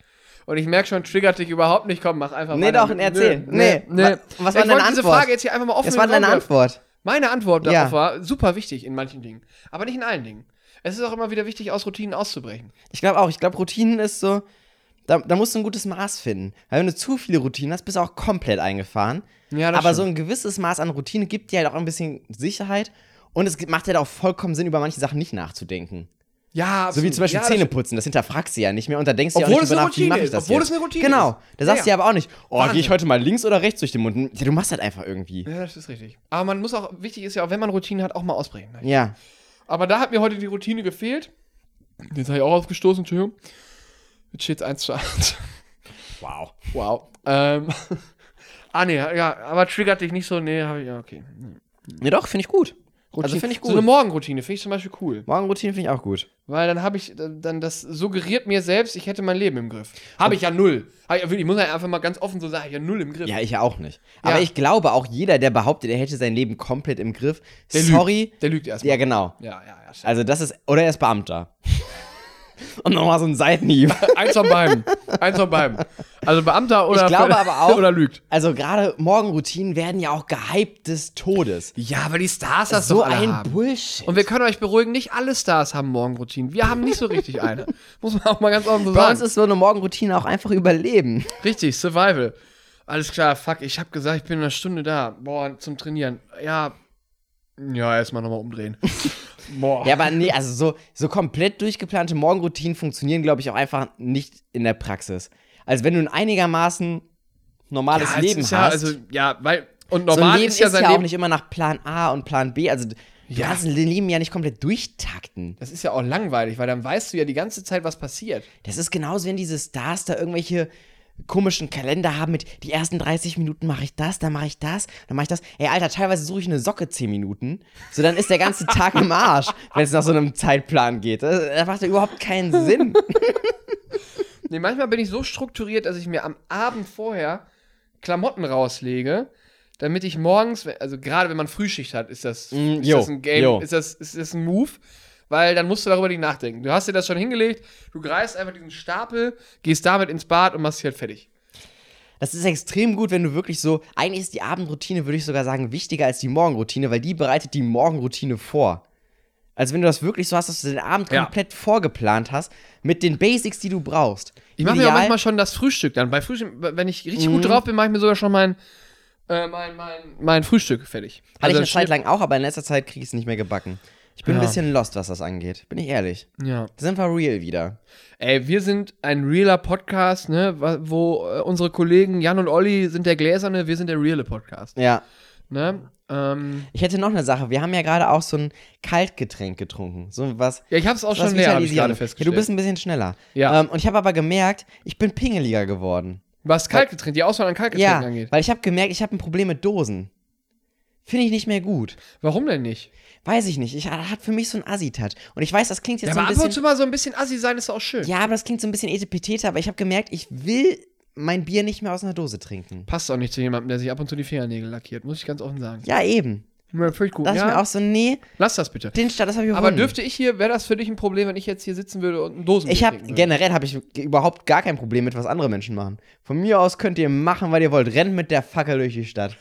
Speaker 1: Und ich merke schon, triggert dich überhaupt nicht. Komm, mach einfach
Speaker 2: Nee,
Speaker 1: weiter.
Speaker 2: doch, erzähl.
Speaker 1: Nee,
Speaker 2: Nee.
Speaker 1: nee.
Speaker 2: Wa- was
Speaker 1: ich
Speaker 2: war denn
Speaker 1: wollte
Speaker 2: deine
Speaker 1: diese
Speaker 2: Antwort?
Speaker 1: Frage jetzt hier einfach mal offen
Speaker 2: Das
Speaker 1: in
Speaker 2: war
Speaker 1: den
Speaker 2: deine
Speaker 1: Raum werfen.
Speaker 2: Antwort.
Speaker 1: Meine Antwort darauf
Speaker 2: Ja.
Speaker 1: war super wichtig in manchen Dingen. Aber nicht in allen Dingen. Es ist auch immer wieder wichtig, aus Routinen auszubrechen.
Speaker 2: Ich glaube auch. Ich glaube, Routinen ist so, da, da musst du ein gutes Maß finden. Weil wenn du zu viele Routinen hast, bist du auch komplett eingefahren.
Speaker 1: Ja, das
Speaker 2: Aber
Speaker 1: stimmt.
Speaker 2: so ein gewisses Maß an Routine gibt dir halt auch ein bisschen Sicherheit Und es macht halt auch vollkommen Sinn, über manche Sachen nicht nachzudenken.
Speaker 1: Ja,
Speaker 2: So wie
Speaker 1: absolut.
Speaker 2: zum Beispiel
Speaker 1: ja, das-
Speaker 2: Zähneputzen, das hinterfragst du ja nicht mehr und da denkst du ja auch
Speaker 1: Obwohl
Speaker 2: nicht
Speaker 1: es
Speaker 2: drüber
Speaker 1: eine
Speaker 2: nach, wie mach
Speaker 1: Routine
Speaker 2: ich das
Speaker 1: ist, obwohl
Speaker 2: jetzt?
Speaker 1: es eine Routine
Speaker 2: Genau,
Speaker 1: ist.
Speaker 2: da sagst
Speaker 1: Ja,
Speaker 2: du ja aber auch nicht, oh,
Speaker 1: Wahnsinn.
Speaker 2: gehe ich heute mal links oder rechts durch den Mund? Ja, du machst halt einfach irgendwie.
Speaker 1: Ja, das ist richtig. Aber man muss auch, wichtig ist ja auch, wenn man Routinen hat, auch mal ausbrechen. Ne?
Speaker 2: Ja,
Speaker 1: Aber da hat mir heute die Routine gefehlt. Jetzt habe ich auch aufgestoßen, Entschuldigung. Jetzt steht es 1 zu 1.
Speaker 2: wow.
Speaker 1: (laughs) Wow. Ähm. (laughs) Ah, nee, ja, aber triggert dich nicht so, nee, habe ich, ja, okay. Also
Speaker 2: Ja doch, finde ich gut. Also
Speaker 1: Routine-
Speaker 2: finde ich
Speaker 1: So
Speaker 2: gut.
Speaker 1: eine Morgenroutine finde ich zum Beispiel cool.
Speaker 2: Morgenroutine finde ich auch gut.
Speaker 1: Weil dann habe ich, dann das suggeriert mir selbst, ich hätte mein Leben im Griff. Habe ich ja null. Hab Ich ich muss ja einfach mal ganz offen so sagen, ich hab ja null im Griff.
Speaker 2: Ja, ich ja auch nicht. Aber
Speaker 1: Ja.
Speaker 2: ich glaube auch jeder, der behauptet, er hätte sein Leben komplett im Griff,
Speaker 1: Der lügt.
Speaker 2: sorry.
Speaker 1: Der lügt erstmal.
Speaker 2: Ja, genau.
Speaker 1: Ja, ja, ja.
Speaker 2: Also das ist, oder er ist Beamter. (laughs) Und nochmal so ein Seitenhieb.
Speaker 1: (laughs) Eins von beiden. Eins von beiden. Also Beamter oder,
Speaker 2: Ich glaube aber
Speaker 1: (laughs)
Speaker 2: auch-
Speaker 1: oder lügt.
Speaker 2: Also gerade Morgenroutinen werden ja auch gehypt des Todes.
Speaker 1: Ja, weil die Stars das
Speaker 2: So
Speaker 1: doch alle
Speaker 2: ein
Speaker 1: haben.
Speaker 2: Bullshit.
Speaker 1: Und wir können euch beruhigen, nicht alle Stars haben Morgenroutinen. Wir haben nicht so
Speaker 2: (laughs)
Speaker 1: richtig eine. Muss man auch mal ganz offen so
Speaker 2: Bei uns
Speaker 1: sagen.
Speaker 2: ist so eine Morgenroutine auch einfach Überleben.
Speaker 1: Richtig, Survival. Alles klar, fuck, ich hab gesagt, ich bin in einer Stunde da. Boah, zum Trainieren. Ja. Ja, erstmal nochmal
Speaker 2: (laughs)
Speaker 1: umdrehen. Boah.
Speaker 2: Ja, aber nee, also so, so komplett durchgeplante Morgenroutinen funktionieren, glaube ich, auch einfach nicht in der Praxis. Also wenn du ein einigermaßen normales
Speaker 1: es
Speaker 2: Leben
Speaker 1: ist
Speaker 2: hast,
Speaker 1: ja, Also, ja, weil. Und
Speaker 2: so
Speaker 1: normal
Speaker 2: ein Leben
Speaker 1: ist ja sein
Speaker 2: auch
Speaker 1: Leben.
Speaker 2: nicht immer nach Plan A und Plan B. Also du
Speaker 1: Ja.
Speaker 2: kannst ein Leben ja nicht komplett durchtakten.
Speaker 1: das ist ja auch langweilig, weil dann weißt du ja die ganze Zeit, was passiert.
Speaker 2: Das ist genauso, wenn diese Stars da irgendwelche komischen Kalender haben mit die ersten 30 Minuten mache ich das, dann mache ich das, dann mache ich das. Ey, Alter, teilweise suche ich eine Socke 10 Minuten. So, dann ist der ganze Tag im
Speaker 1: (laughs)
Speaker 2: Arsch, wenn es nach so einem Zeitplan geht. Das, das macht ja überhaupt keinen Sinn.
Speaker 1: Nee, manchmal bin ich so strukturiert, dass ich mir am Abend vorher Klamotten rauslege, damit ich morgens, we- also gerade wenn man Frühschicht hat, ist das,
Speaker 2: Mm,
Speaker 1: ist
Speaker 2: jo,
Speaker 1: das ein Game,
Speaker 2: jo.
Speaker 1: ist das, ist das ein Move, weil dann musst du darüber nicht nachdenken. Du hast dir das schon hingelegt, du greifst einfach diesen Stapel, gehst damit ins Bad und machst dich halt fertig.
Speaker 2: Das ist extrem gut, wenn du wirklich so. Eigentlich ist die Abendroutine, würde ich sogar sagen, wichtiger als die Morgenroutine, weil die bereitet die Morgenroutine vor. Also, wenn du das wirklich so hast, dass du den Abend
Speaker 1: Ja.
Speaker 2: komplett vorgeplant hast, mit den Basics, die du brauchst.
Speaker 1: Ich mache mir auch
Speaker 2: Ideal- Mhm.
Speaker 1: manchmal schon das Frühstück dann. Bei Frühstück, wenn ich richtig gut drauf bin, mache ich mir sogar schon mein, äh, mein, mein, mein Frühstück fertig. Also
Speaker 2: Hatte ich eine
Speaker 1: schnipp-
Speaker 2: Zeit lang auch, aber in letzter Zeit kriege ich es nicht mehr gebacken. Ich bin
Speaker 1: Ja.
Speaker 2: ein bisschen lost, was das angeht. Bin ich ehrlich.
Speaker 1: Ja.
Speaker 2: Da sind wir real wieder.
Speaker 1: Ey, wir sind ein realer Podcast, ne, wa- wo äh, unsere Kollegen Jan und Olli sind der gläserne, wir sind der reale Podcast,
Speaker 2: Ja.
Speaker 1: ne? Ähm,
Speaker 2: Ich hätte noch eine Sache. Wir haben ja gerade auch so ein Kaltgetränk getrunken. So was.
Speaker 1: ja, ich hab's auch
Speaker 2: was
Speaker 1: schon leer, hab ich
Speaker 2: Vitalisierendes.
Speaker 1: gerade
Speaker 2: Ja, du
Speaker 1: festgestellt.
Speaker 2: bist ein bisschen schneller.
Speaker 1: Ja.
Speaker 2: Ähm, und ich habe aber gemerkt, ich bin pingeliger geworden.
Speaker 1: Was Kaltgetränk, die Auswahl an Kaltgetränken
Speaker 2: Ja,
Speaker 1: angeht.
Speaker 2: weil ich habe gemerkt, ich habe ein Problem mit Dosen. Finde ich nicht mehr gut.
Speaker 1: Warum denn nicht?
Speaker 2: Weiß ich nicht. Ich ah, hat für mich so ein Assi-Touch. Und ich weiß, das klingt jetzt
Speaker 1: Ja,
Speaker 2: so
Speaker 1: aber
Speaker 2: ein
Speaker 1: ab und
Speaker 2: bisschen.
Speaker 1: zu mal so ein bisschen assi sein ist auch schön.
Speaker 2: Ja, aber das klingt so ein bisschen etepetete, aber ich habe gemerkt, ich will mein Bier nicht mehr aus einer Dose trinken.
Speaker 1: Passt auch nicht zu jemandem, der sich ab und zu die Fingernägel lackiert, muss ich ganz offen sagen.
Speaker 2: Ja, eben.
Speaker 1: Ja, völlig gut.
Speaker 2: Das ist mir
Speaker 1: Ja,
Speaker 2: auch so, nee,
Speaker 1: lass das bitte.
Speaker 2: den Start, das habe ich
Speaker 1: Aber
Speaker 2: überwunden.
Speaker 1: dürfte ich hier, wäre das für dich ein Problem, wenn ich jetzt hier sitzen würde und einen Dosen
Speaker 2: Ich habe generell habe ich überhaupt gar kein Problem mit, was andere Menschen machen. Von mir aus könnt ihr machen, was ihr wollt. Rennt mit der Fackel durch die Stadt,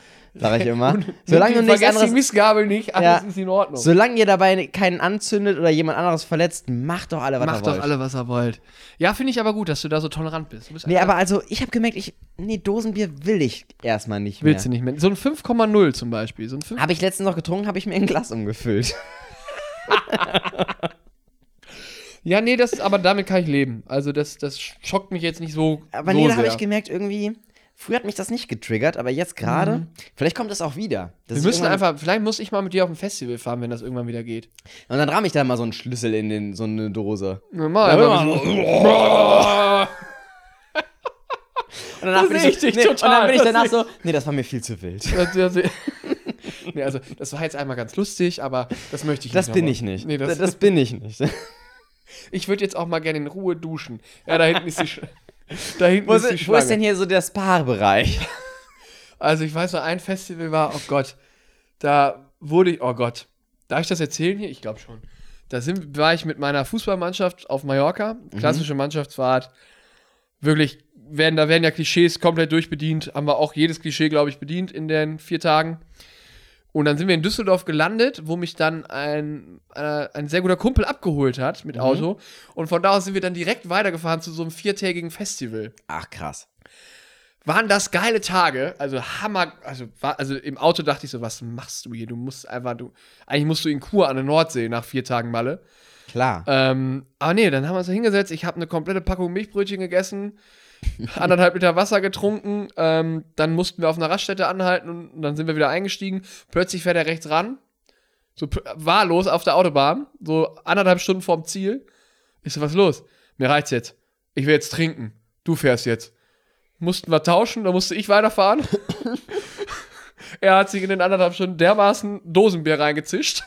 Speaker 1: (laughs)
Speaker 2: sage ich immer. Solange du nichts
Speaker 1: Vergesst die
Speaker 2: anderes
Speaker 1: Missgabel nicht, alles ist in Ordnung.
Speaker 2: Solange ihr dabei keinen anzündet oder jemand anderes verletzt, macht doch alle, was ihr
Speaker 1: Macht
Speaker 2: wollt.
Speaker 1: doch alle, was ihr wollt. Ja, finde ich aber gut, dass du da so tolerant bist. Du bist
Speaker 2: Nee,
Speaker 1: einer-
Speaker 2: aber also, ich habe gemerkt, ich. Nee, Dosenbier will ich erstmal nicht mehr.
Speaker 1: willst du nicht mehr. So ein 5,0 zum Beispiel. So ein 5,
Speaker 2: Habe ich letztens noch getrunken, habe ich mir ein Glas
Speaker 1: (laughs)
Speaker 2: umgefüllt.
Speaker 1: ja, nee, das, aber damit kann ich leben. Also das, das schockt mich jetzt nicht so.
Speaker 2: Aber
Speaker 1: so
Speaker 2: nee, da habe
Speaker 1: sehr.
Speaker 2: ich gemerkt, irgendwie. Früher hat mich das nicht getriggert, aber jetzt gerade. Vielleicht kommt das auch wieder.
Speaker 1: Mhm. Wir
Speaker 2: Das ist
Speaker 1: müssen
Speaker 2: irgendwann-
Speaker 1: einfach, vielleicht muss ich mal mit dir auf ein Festival fahren, wenn das irgendwann wieder geht.
Speaker 2: Und dann rahm ich da mal so einen Schlüssel in den, so eine Dose.
Speaker 1: Normal.
Speaker 2: Ja,
Speaker 1: aber-
Speaker 2: (laughs)
Speaker 1: (laughs)
Speaker 2: Und danach,
Speaker 1: Das
Speaker 2: bin
Speaker 1: sehe
Speaker 2: ich,
Speaker 1: ich
Speaker 2: so,
Speaker 1: dich
Speaker 2: nee, und
Speaker 1: total,
Speaker 2: dann bin ich
Speaker 1: das
Speaker 2: danach
Speaker 1: sehe
Speaker 2: so, nee, das war mir viel
Speaker 1: (laughs)
Speaker 2: zu wild.
Speaker 1: (laughs) Das- das- nee, also das war jetzt einmal ganz lustig, aber das möchte ich
Speaker 2: Das
Speaker 1: nicht.
Speaker 2: bin
Speaker 1: nochmal.
Speaker 2: ich nicht.
Speaker 1: Nee, (laughs) das,
Speaker 2: (laughs) das, das bin ich nicht.
Speaker 1: ich würde jetzt auch mal gerne in Ruhe duschen. Ja, da hinten ist die, Sch (laughs) da hinten
Speaker 2: Wo
Speaker 1: ist die
Speaker 2: ist, wo
Speaker 1: Schlange.
Speaker 2: ist denn hier so der Spa-Bereich?
Speaker 1: Also ich weiß noch, ein Festival war, oh Gott, da wurde ich, oh Gott, darf ich das erzählen hier? Ich glaube schon. Da sind, war ich mit meiner Fußballmannschaft auf Mallorca, klassische Mannschaftsfahrt. Wirklich, werden, da werden ja Klischees komplett durchbedient. Haben wir auch jedes Klischee, glaube ich, bedient in den vier Tagen. Und dann sind wir in Düsseldorf gelandet, wo mich dann ein, äh, ein sehr guter Kumpel abgeholt hat mit Auto. Und von da aus sind wir dann direkt weitergefahren zu so einem viertägigen Festival
Speaker 2: Ach, krass.
Speaker 1: waren das geile Tage. Also Hammer. Also, war, also im Auto dachte ich so, was machst du hier? Du musst einfach, du, eigentlich musst du in Kur an der Nordsee nach vier Tagen Malle.
Speaker 2: Klar.
Speaker 1: (laughs) Ähm, aber nee, dann haben wir uns da hingesetzt. Ich habe eine komplette Packung Milchbrötchen gegessen, anderthalb Liter Wasser getrunken. Ähm, dann mussten wir auf einer Raststätte anhalten und, und dann sind wir wieder eingestiegen. Plötzlich fährt er rechts ran. So pl- wahllos auf der Autobahn. So anderthalb Stunden vorm Ziel. Ich so, was ist los? Mir reicht's jetzt. Ich will jetzt trinken. Du fährst jetzt. Mussten wir tauschen, dann musste ich weiterfahren. er hat sich in den anderthalb Stunden dermaßen Dosenbier reingezischt.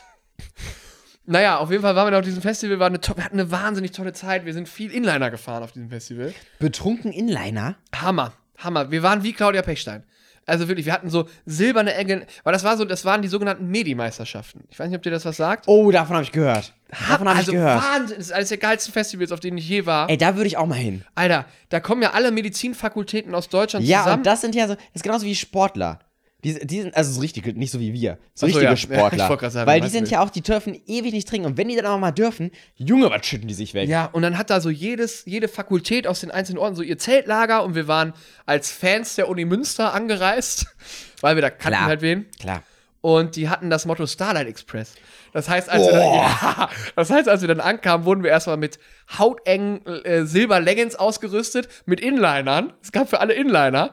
Speaker 1: Naja, auf jeden Fall waren wir da auf diesem Festival, war eine to- wir hatten eine wahnsinnig tolle Zeit. Wir sind viel Inliner gefahren auf diesem Festival.
Speaker 2: Betrunken Inliner?
Speaker 1: Hammer, Hammer. Wir waren wie Claudia Pechstein. Also wirklich, wir hatten so silberne Engel, weil das war so, das waren die sogenannten Medi-Meisterschaften. Ich weiß nicht, ob dir das was sagt.
Speaker 2: Oh, davon habe ich gehört. Davon habe
Speaker 1: also
Speaker 2: ich gehört.
Speaker 1: Wahnsinn, das ist eines der geilsten Festivals, auf denen ich je war.
Speaker 2: Ey, da würde ich auch mal hin.
Speaker 1: Alter, da kommen ja alle Medizinfakultäten aus Deutschland
Speaker 2: Ja,
Speaker 1: zusammen.
Speaker 2: und das sind ja so, das ist genauso wie Sportler. Die, die sind, also so richtig, nicht so wie wir, so
Speaker 1: Ach so,
Speaker 2: richtige
Speaker 1: ja. (laughs) Ja,
Speaker 2: Sportler.
Speaker 1: ich wollte gerade sagen, du
Speaker 2: weil die
Speaker 1: weißt
Speaker 2: sind
Speaker 1: nicht.
Speaker 2: ja auch, die dürfen ewig nicht trinken. Und wenn die dann auch mal dürfen, Junge, was schütten die sich weg?
Speaker 1: Ja, und dann hat da so jedes, jede Fakultät aus den einzelnen Orten so ihr Zeltlager und wir waren als Fans der Uni Münster angereist, (laughs) weil wir da kannten
Speaker 2: Klar.
Speaker 1: halt wen.
Speaker 2: Klar.
Speaker 1: Und die hatten das Motto Starlight Express. Das heißt, als, wir dann, (laughs) ja, das heißt, als wir dann ankamen, wurden wir erstmal mit hautengen äh, Silber-Leggings ausgerüstet, mit Inlinern. Es gab für alle Inliner.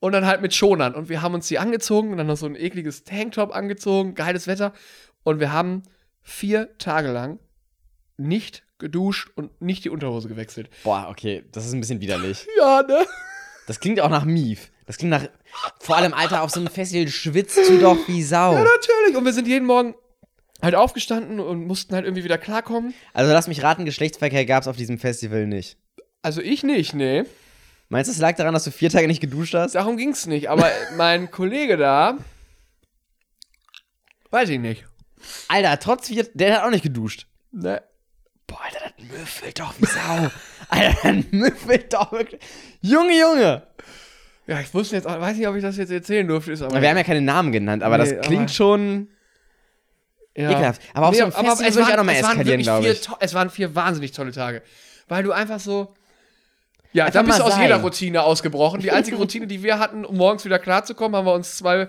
Speaker 1: Und dann halt mit Schonern. Und wir haben uns die angezogen und dann noch so ein ekliges Tanktop angezogen. Geiles Wetter. Und wir haben vier Tage lang nicht geduscht und nicht die Unterhose gewechselt.
Speaker 2: Boah, okay, das ist ein bisschen widerlich.
Speaker 1: Ja, ne?
Speaker 2: Das klingt auch nach Mief. Das klingt nach, vor allem, Alter, auf so einem Festival schwitzt du doch wie Sau.
Speaker 1: Natürlich. Und wir sind jeden Morgen halt aufgestanden und mussten halt irgendwie wieder klarkommen.
Speaker 2: Also lass mich raten, Geschlechtsverkehr gab es auf diesem Festival nicht.
Speaker 1: Also ich nicht, nee.
Speaker 2: Meinst du, es lag daran, dass du vier Tage nicht geduscht hast?
Speaker 1: Darum ging es nicht, aber mein Kollege da. Weiß ich nicht.
Speaker 2: Alter, trotz vier, der hat auch nicht geduscht.
Speaker 1: Ne?
Speaker 2: Boah, Alter, das müffelt doch wie Sau. (laughs) Alter, das müffelt doch wirklich. Junge, Junge.
Speaker 1: Ja, ich wusste jetzt auch, weiß nicht, ob ich das jetzt erzählen durfte, ist aber.
Speaker 2: Wir haben ja keine Namen genannt, aber
Speaker 1: Nee,
Speaker 2: das klingt
Speaker 1: aber-
Speaker 2: schon
Speaker 1: ja.
Speaker 2: ekelhaft. Aber auf so einem
Speaker 1: aber
Speaker 2: Festival
Speaker 1: es
Speaker 2: würde ich auch
Speaker 1: waren-
Speaker 2: noch mal
Speaker 1: es waren
Speaker 2: eskalieren,
Speaker 1: wirklich
Speaker 2: glaub
Speaker 1: vier
Speaker 2: ich.
Speaker 1: to- Es waren vier wahnsinnig tolle Tage. Weil du einfach so. Ja,
Speaker 2: Einfach
Speaker 1: da bist
Speaker 2: mal
Speaker 1: du aus
Speaker 2: sein.
Speaker 1: jeder Routine ausgebrochen. Die
Speaker 2: (laughs)
Speaker 1: einzige Routine, die wir hatten, um morgens wieder klarzukommen, haben wir uns zwei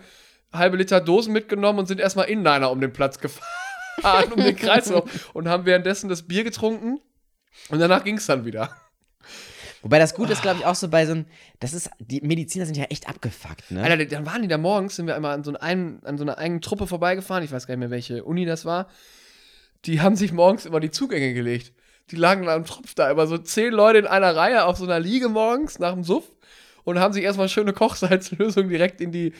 Speaker 1: halbe Liter Dosen mitgenommen und sind erstmal Inliner um den Platz gefahren, (laughs) um den Kreislauf. Und haben währenddessen das Bier getrunken. Und danach ging es dann wieder.
Speaker 2: Wobei das Gute ist, glaube ich, auch so bei so einem. Das ist. Die Mediziner sind ja echt abgefuckt, ne?
Speaker 1: Alter, dann waren die da morgens, sind wir einmal an so, einem, an so einer eigenen Truppe vorbeigefahren, ich weiß gar nicht mehr, welche Uni das war. Die haben sich morgens immer die Zugänge gelegt. Die lagen da am Tropf da, immer so zehn Leute in einer Reihe auf so einer Liege morgens nach dem Suff und haben sich erstmal schöne Kochsalzlösung direkt in die,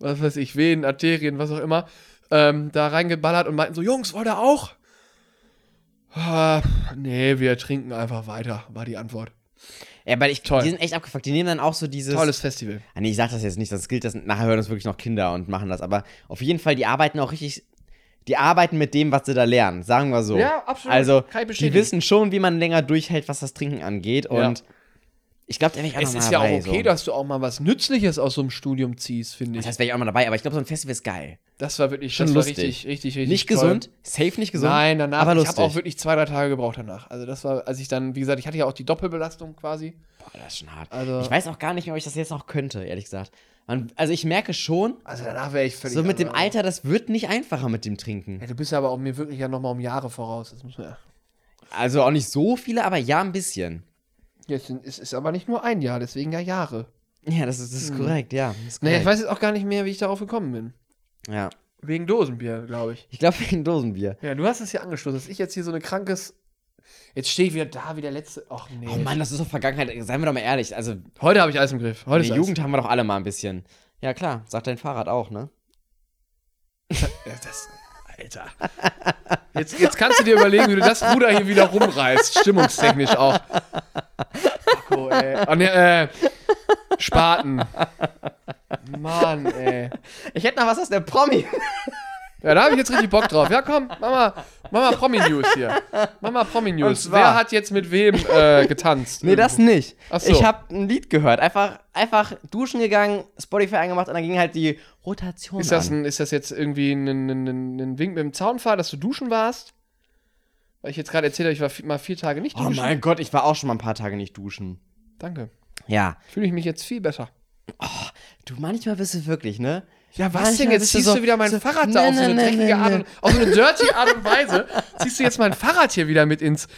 Speaker 1: was weiß ich, Venen, Arterien, was auch immer, ähm, da reingeballert und meinten so, Jungs, wollt ihr auch? Ah, nee, wir trinken einfach weiter, war die Antwort.
Speaker 2: ja, weil ich,
Speaker 1: toll.
Speaker 2: die sind echt abgefuckt. Die nehmen dann auch so dieses.
Speaker 1: Tolles Festival.
Speaker 2: Ah, nee, ich sag das jetzt nicht, das gilt das. Nachher hören uns wirklich noch Kinder und machen das. Aber auf jeden Fall, die arbeiten auch richtig. Die arbeiten mit dem, was sie da lernen, sagen wir so.
Speaker 1: Ja, absolut.
Speaker 2: Also,
Speaker 1: Kann ich
Speaker 2: die
Speaker 1: bestätigen.
Speaker 2: wissen schon, wie man länger durchhält, was das Trinken angeht.
Speaker 1: Ja.
Speaker 2: Und ich glaube, da wäre ich auch
Speaker 1: Es
Speaker 2: noch
Speaker 1: ist
Speaker 2: mal
Speaker 1: ja auch
Speaker 2: dabei.
Speaker 1: okay,
Speaker 2: so.
Speaker 1: dass du auch mal was Nützliches aus so einem Studium ziehst, finde
Speaker 2: Das
Speaker 1: ich.
Speaker 2: heißt, wäre ich auch mal dabei. Aber ich glaube, so ein Festival ist geil.
Speaker 1: Das war wirklich
Speaker 2: Schon
Speaker 1: das war
Speaker 2: lustig.
Speaker 1: richtig, richtig, richtig.
Speaker 2: Nicht
Speaker 1: toll.
Speaker 2: gesund, safe nicht gesund.
Speaker 1: Nein, danach.
Speaker 2: aber
Speaker 1: ich
Speaker 2: lustig.
Speaker 1: habe auch wirklich zwei, drei Tage gebraucht danach. Also das war, als ich dann, wie gesagt, ich hatte ja auch die Doppelbelastung quasi.
Speaker 2: Boah, das ist schon hart.
Speaker 1: Also-
Speaker 2: ich weiß auch gar nicht mehr, ob ich das jetzt noch könnte, ehrlich gesagt. Man, also ich merke schon,
Speaker 1: Also danach wäre ich völlig.
Speaker 2: so mit dem
Speaker 1: anderer.
Speaker 2: Alter, das wird nicht einfacher mit dem Trinken.
Speaker 1: Ja, du bist ja aber auch mir wirklich ja nochmal um Jahre voraus. Das muss man ja.
Speaker 2: Also auch nicht so viele, aber ja ein bisschen.
Speaker 1: Jetzt sind, es ist aber nicht nur ein Jahr, deswegen ja Jahre.
Speaker 2: Ja, das ist, das ist korrekt, ja. Das ist
Speaker 1: Naja,
Speaker 2: korrekt.
Speaker 1: ich weiß jetzt auch gar nicht mehr, wie ich darauf gekommen bin.
Speaker 2: ja.
Speaker 1: Wegen Dosenbier, glaube ich.
Speaker 2: Ich glaube wegen Dosenbier.
Speaker 1: Ja, du hast es hier angeschlossen, dass ich jetzt hier so eine krankes. Jetzt stehe ich wieder da wie der letzte. Ach nee.
Speaker 2: Oh Mann, das ist doch Vergangenheit. Seien wir doch mal ehrlich. Also in
Speaker 1: Heute habe ich alles im Griff. Heute
Speaker 2: der
Speaker 1: ist alles-
Speaker 2: Jugend haben wir doch alle mal ein bisschen. Ja klar, sagt dein Fahrrad auch, ne?
Speaker 1: Ja, das, Alter. Jetzt, jetzt kannst du dir überlegen, wie du das Ruder hier wieder rumreißt, stimmungstechnisch auch. Oh, ey. Oh, ne, äh, Spaten. Mann, ey.
Speaker 2: Ich hätte noch was aus der Promi.
Speaker 1: Ja, da habe ich jetzt richtig Bock drauf. Ja, komm, mach mal, mach mal Promi-News hier. Mach mal
Speaker 2: Und
Speaker 1: Promi-News.
Speaker 2: zwar-
Speaker 1: Wer hat jetzt mit wem äh, getanzt?
Speaker 2: Nee, das nicht.
Speaker 1: Ach so.
Speaker 2: Ich habe ein Lied gehört. Einfach, einfach duschen gegangen, Spotify angemacht und dann ging halt die Rotation
Speaker 1: ist das,
Speaker 2: an.
Speaker 1: ein, ist das jetzt irgendwie ein, ein, ein, ein ein Wink mit dem Zaunpfahl, dass du duschen warst? Weil ich jetzt gerade erzählt habe, ich war vi- mal vier Tage nicht
Speaker 2: Oh
Speaker 1: duschen.
Speaker 2: mein Gott, ich war auch schon mal ein paar Tage nicht duschen.
Speaker 1: Danke.
Speaker 2: Ja.
Speaker 1: Fühle ich mich jetzt viel besser.
Speaker 2: Du, manchmal bist du wirklich, ne?
Speaker 1: Ja, was
Speaker 2: Manchmal
Speaker 1: denn? Jetzt
Speaker 2: bist du
Speaker 1: ziehst
Speaker 2: so-
Speaker 1: du wieder mein
Speaker 2: so, ne,
Speaker 1: Fahrrad
Speaker 2: nee,
Speaker 1: da auf so
Speaker 2: nee,
Speaker 1: eine
Speaker 2: nee,
Speaker 1: dreckige
Speaker 2: nee,
Speaker 1: Art
Speaker 2: nee.
Speaker 1: und, auf so eine dirty Art und Weise. ziehst du jetzt mein Fahrrad hier wieder mit ins,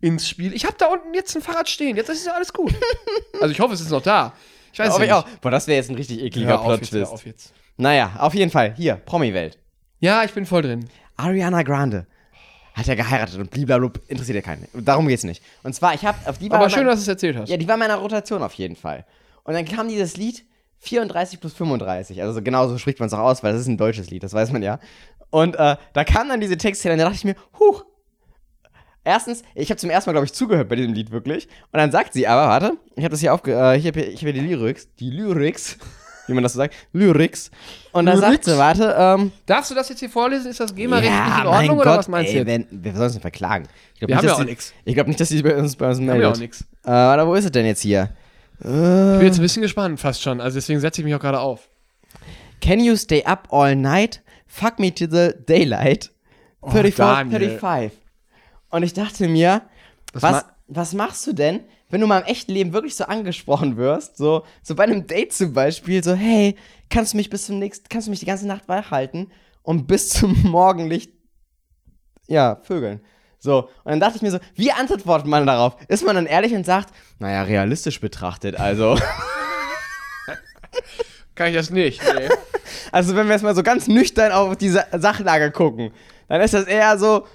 Speaker 1: ins Spiel. Ich habe da unten jetzt ein Fahrrad stehen. Jetzt ist ja alles
Speaker 2: (laughs)
Speaker 1: gut. Also ich hoffe, es ist noch da. Ich weiß
Speaker 2: Hoffe
Speaker 1: nicht.
Speaker 2: ich auch. Boah, das wäre jetzt ein richtig ekliger
Speaker 1: Hör auf jetzt, hör
Speaker 2: Plot-Twist.
Speaker 1: auf jetzt.
Speaker 2: Naja, auf jeden Fall. Hier, Promi-Welt.
Speaker 1: Ja, ich bin voll drin.
Speaker 2: Ariana Grande hat ja geheiratet und blablabla, interessiert ja keinen. Darum geht's nicht. Und zwar, ich hab auf die war
Speaker 1: Aber
Speaker 2: in
Speaker 1: schön,
Speaker 2: mein-
Speaker 1: dass du es erzählt hast.
Speaker 2: Ja, die war in meiner Rotation auf jeden Fall. Und dann kam dieses Lied 34 plus 35. Also so- genau so spricht man es auch aus, weil das ist ein deutsches Lied, das weiß man ja. Und äh, da kamen dann diese Texte und da dachte ich mir, huch. Erstens, ich habe zum ersten Mal, glaube ich, zugehört bei diesem Lied wirklich. Und dann sagt sie aber, warte, ich habe das hier aufge... Äh, ich habe hier, ich hab hier die Lyrics. Die Lyrics. (laughs) Wie man das so sagt. Lyrics. Und dann sagt
Speaker 1: Lyrics?
Speaker 2: sie, warte, ähm...
Speaker 1: Darfst du das jetzt hier vorlesen? Ist das GEMA
Speaker 2: ja,
Speaker 1: rechtlich in
Speaker 2: mein
Speaker 1: Ordnung
Speaker 2: Gott,
Speaker 1: oder was meinst
Speaker 2: ey,
Speaker 1: du jetzt?
Speaker 2: Wenn, wir sollen uns nicht verklagen. Ich glaub
Speaker 1: Wir
Speaker 2: nicht,
Speaker 1: haben ja
Speaker 2: dass
Speaker 1: auch
Speaker 2: die-
Speaker 1: nix.
Speaker 2: Ich glaube nicht, dass sie sich bei uns, bei uns meldet.
Speaker 1: Haben wir auch nichts.
Speaker 2: Äh, warte, wo ist es denn jetzt hier?
Speaker 1: Ich bin jetzt ein bisschen gespannt, fast schon. Also deswegen setze ich mich auch gerade auf.
Speaker 2: Can you stay up all night? Fuck me to the daylight. 34,
Speaker 1: Oh, Daniel.
Speaker 2: 35. Und ich dachte mir, was,
Speaker 1: Was
Speaker 2: was,
Speaker 1: ma-
Speaker 2: machst du denn, wenn du mal im echten Leben wirklich so angesprochen wirst? So, so bei einem Date zum Beispiel, so, hey, kannst du mich bis zum nächsten, kannst du mich die ganze Nacht wach halten und bis zum (laughs) Morgenlicht, ja, vögeln. So, und dann dachte ich mir so, wie antwortet man darauf? Ist man dann ehrlich und sagt, naja, realistisch betrachtet, also.
Speaker 1: Kann ich das nicht? (laughs) Nee.
Speaker 2: Also wenn wir jetzt mal so ganz nüchtern auf die Sa Sachlage gucken, dann ist das eher so.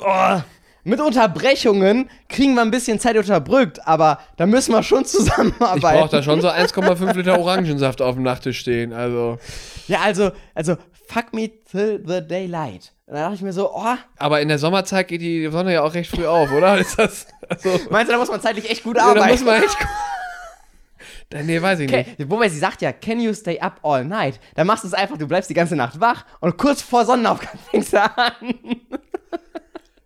Speaker 2: Oh, mit Unterbrechungen kriegen wir ein bisschen Zeit unterbrückt, aber da müssen wir schon
Speaker 1: Ich brauche
Speaker 2: zusammenarbeiten.
Speaker 1: da schon so 1,5 Liter Orangensaft auf dem Nachttisch stehen. Also,
Speaker 2: Ja, also, also fuck me till the daylight. Und dann dachte ich mir so, oh,
Speaker 1: aber in der Sommerzeit geht die Sonne ja auch recht früh auf, oder? Ist
Speaker 2: (laughs)
Speaker 1: das also,
Speaker 2: meinst du, da muss man zeitlich echt gut
Speaker 1: ja,
Speaker 2: arbeiten?
Speaker 1: da muss man echt gu- (laughs) Nee, weiß ich nicht.
Speaker 2: okay. Wobei sie sagt ja, can you stay up all night? Dann machst du es einfach, du bleibst die ganze Nacht wach und kurz vor Sonnenaufgang fängst du an.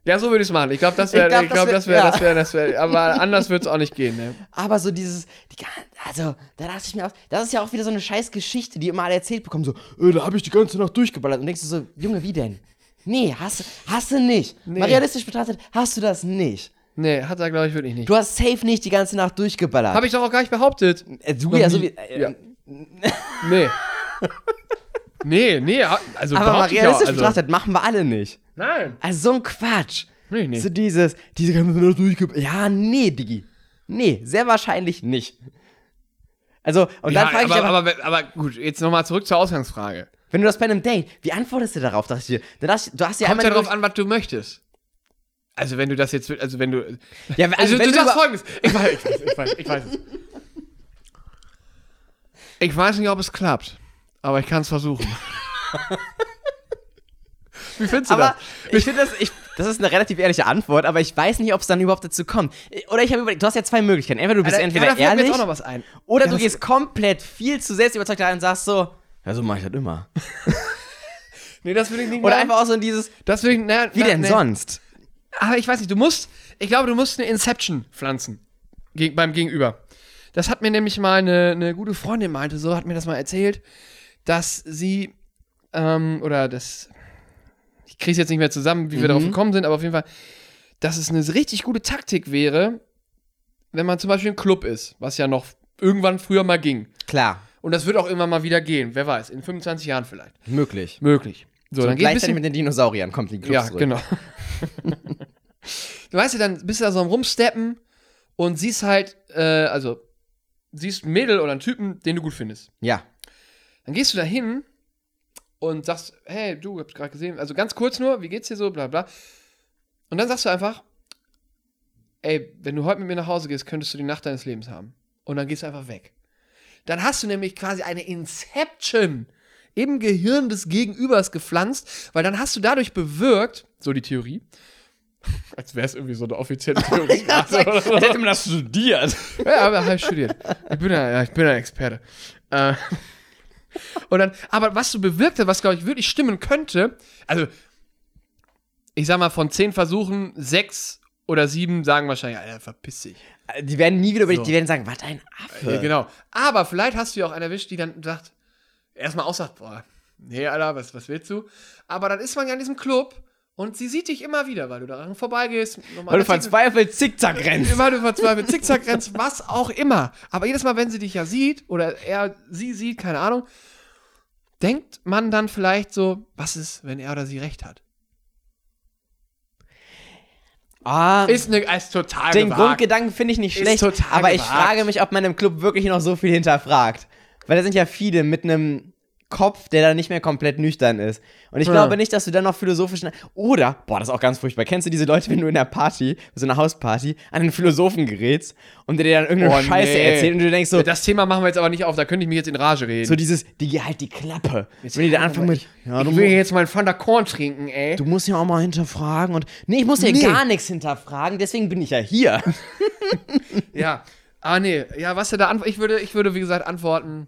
Speaker 1: Ja, so würde ich es machen. Ich glaube, das wäre
Speaker 2: Ich glaub,
Speaker 1: ich glaub, das
Speaker 2: das wär-
Speaker 1: wäre
Speaker 2: ja.
Speaker 1: das wäre das wäre aber anders wird es auch nicht gehen, ne?
Speaker 2: Aber so dieses, die, gan- also, da dachte ich mir auch, das ist ja auch wieder so eine scheiß Geschichte, die immer alle erzählt bekommen, so, äh, da habe ich die ganze Nacht durchgeballert. Und denkst du so, Junge, wie denn? Nee, hast, du- hast du nicht. Mal realistisch betrachtet, hast du das nicht.
Speaker 1: Nee, hat er glaube ich wirklich nicht.
Speaker 2: Du hast safe nicht die ganze Nacht durchgeballert.
Speaker 1: Habe ich doch auch gar nicht behauptet.
Speaker 2: äh, du
Speaker 1: Noch
Speaker 2: ja
Speaker 1: nie.
Speaker 2: so wie, äh, (laughs)
Speaker 1: Ja. Nee. Nee, nee, ha- also
Speaker 2: Aber mal
Speaker 1: behaupte ich auch,
Speaker 2: realistisch
Speaker 1: also,
Speaker 2: betrachtet, machen wir alle nicht.
Speaker 1: Nein.
Speaker 2: Also so ein Quatsch.
Speaker 1: Nee, nee.
Speaker 2: So dieses, diese ganze Nacht durchgeballert. Ja, nee, Diggi. Nee, sehr wahrscheinlich nicht. Also, und
Speaker 1: Ja,
Speaker 2: dann frage ich aber,
Speaker 1: aber, aber, aber, gut, jetzt nochmal zurück zur Ausgangsfrage.
Speaker 2: Wenn du das bei einem Date, wie antwortest du darauf? Dass ich, dann hast, du hast ja
Speaker 1: Kommt
Speaker 2: einmal
Speaker 1: ja
Speaker 2: die
Speaker 1: darauf
Speaker 2: Möglichkeit-
Speaker 1: an, was du möchtest. Also wenn du das jetzt, also wenn du,
Speaker 2: Ja, also,
Speaker 1: also, du
Speaker 2: wenn du
Speaker 1: sagst
Speaker 2: über,
Speaker 1: folgendes. Ich weiß, ich weiß, ich weiß, ich weiß es. Ich weiß nicht, ob es klappt, aber ich kann es versuchen. Wie findest du
Speaker 2: aber
Speaker 1: das?
Speaker 2: ich finde das, ich, das ist eine relativ ehrliche Antwort, aber ich weiß nicht, ob es dann überhaupt dazu kommt. Oder ich habe überlegt, du hast ja zwei Möglichkeiten. Entweder du bist
Speaker 1: Ja, da-
Speaker 2: entweder
Speaker 1: ja, da fällt mir
Speaker 2: ehrlich
Speaker 1: jetzt auch noch was ein.
Speaker 2: oder
Speaker 1: Ja,
Speaker 2: du
Speaker 1: was-
Speaker 2: gehst komplett viel zu selbst überzeugt rein und sagst so, ja, so mache ich das immer.
Speaker 1: Nee, das will ich nicht
Speaker 2: Oder
Speaker 1: machen.
Speaker 2: einfach auch so in dieses,
Speaker 1: Das will ich, na,
Speaker 2: wie
Speaker 1: na,
Speaker 2: denn
Speaker 1: nee.
Speaker 2: sonst?
Speaker 1: Aber ich weiß nicht, du musst, ich glaube, du musst eine Inception pflanzen geg- beim Gegenüber. Das hat mir nämlich mal eine, eine gute Freundin meinte, so hat mir das mal erzählt, dass sie, ähm, oder das, ich kriege es jetzt nicht mehr zusammen, wie wir
Speaker 2: Mhm.
Speaker 1: darauf gekommen sind, aber auf jeden Fall, dass es eine richtig gute Taktik wäre, wenn man zum Beispiel im Club ist, was ja noch irgendwann früher mal ging.
Speaker 2: Klar,
Speaker 1: Und das wird auch immer mal wieder gehen, wer weiß, in 25 Jahren vielleicht.
Speaker 2: möglich.
Speaker 1: Möglich. So,
Speaker 2: So,
Speaker 1: dann geht ein
Speaker 2: gleichzeitig
Speaker 1: bisschen
Speaker 2: mit den Dinosauriern kommt die Clubs
Speaker 1: ja,
Speaker 2: zurück.
Speaker 1: genau. du weißt ja, dann bist du da so am Rumsteppen und siehst halt, äh, also siehst ein Mädel oder einen Typen, den du gut findest.
Speaker 2: Ja,
Speaker 1: (laughs) Dann gehst du da hin und sagst, hey, du, hab's gerade gesehen, also ganz kurz nur, wie geht's dir so, bla bla. Und dann sagst du einfach, ey, wenn du heute mit mir nach Hause gehst, könntest du die Nacht deines Lebens haben. Und dann gehst du einfach weg. Dann hast du nämlich quasi eine Inception im Gehirn des Gegenübers gepflanzt, weil dann hast du dadurch bewirkt, so die Theorie, (laughs) als wäre es irgendwie so eine offizielle Theorie.
Speaker 2: (laughs)
Speaker 1: (laughs)
Speaker 2: hätte man das studiert.
Speaker 1: Ja, aber habe ich studiert. Ich bin ja, ja, ich bin ja Experte. Äh, (laughs) und dann, aber was du bewirkt hast, was glaube ich wirklich stimmen könnte, also ich sag mal, von zehn Versuchen, sechs oder sieben sagen wahrscheinlich, Alter, verpiss dich.
Speaker 2: Die werden nie wieder über dich,
Speaker 1: So.
Speaker 2: die werden sagen, was ein Affe.
Speaker 1: Ja, genau. Aber vielleicht hast du ja auch einen erwischt, die dann sagt, erstmal aussagt, boah, nee, Alter, was, was willst du? Aber dann ist man ja in diesem Club Und sie sieht dich immer wieder, weil du daran vorbeigehst. normal
Speaker 2: Weil du
Speaker 1: erzählst-
Speaker 2: verzweifelt zickzack rennst.
Speaker 1: Immer du verzweifelt, zickzack rennst, was auch immer. Aber jedes Mal, wenn sie dich ja sieht oder er sie sieht, keine Ahnung, denkt man dann vielleicht so, was ist, wenn er oder sie recht hat?
Speaker 2: Ah,
Speaker 1: Ist, ne, ist total
Speaker 2: den
Speaker 1: gewagt.
Speaker 2: Grundgedanken finde ich nicht
Speaker 1: Ist
Speaker 2: schlecht.
Speaker 1: total
Speaker 2: aber ich
Speaker 1: gewagt.
Speaker 2: frage mich, ob man im Club wirklich noch so viel hinterfragt. Weil da sind ja viele mit einem Kopf, der dann nicht mehr komplett nüchtern ist. Und ich
Speaker 1: Ja.
Speaker 2: glaube nicht, dass du dann noch philosophisch. Oder, boah, das ist auch ganz furchtbar. Kennst du diese Leute, wenn du in einer Party, so einer Hausparty, an einen Philosophen gerätst und der dir dann irgendeine
Speaker 1: Oh,
Speaker 2: Scheiße
Speaker 1: nee.
Speaker 2: erzählt und du denkst so,
Speaker 1: Das Thema machen wir jetzt aber nicht auf, da könnte ich mich jetzt in Rage reden.
Speaker 2: so dieses, die halt die Klappe.
Speaker 1: Jetzt
Speaker 2: wenn die da
Speaker 1: halt
Speaker 2: anfangen
Speaker 1: mal-
Speaker 2: mit, ja, du,
Speaker 1: ich will
Speaker 2: mu-
Speaker 1: jetzt meinen Thunder Corn trinken, ey.
Speaker 2: du musst ja auch mal hinterfragen und. Nee, ich muss ja
Speaker 1: Nee.
Speaker 2: gar nichts hinterfragen, deswegen bin ich
Speaker 1: (laughs)
Speaker 2: ja hier.
Speaker 1: Ja. Ah, nee. Ja, was er da antwortet. Ich würde, ich würde, wie gesagt, antworten.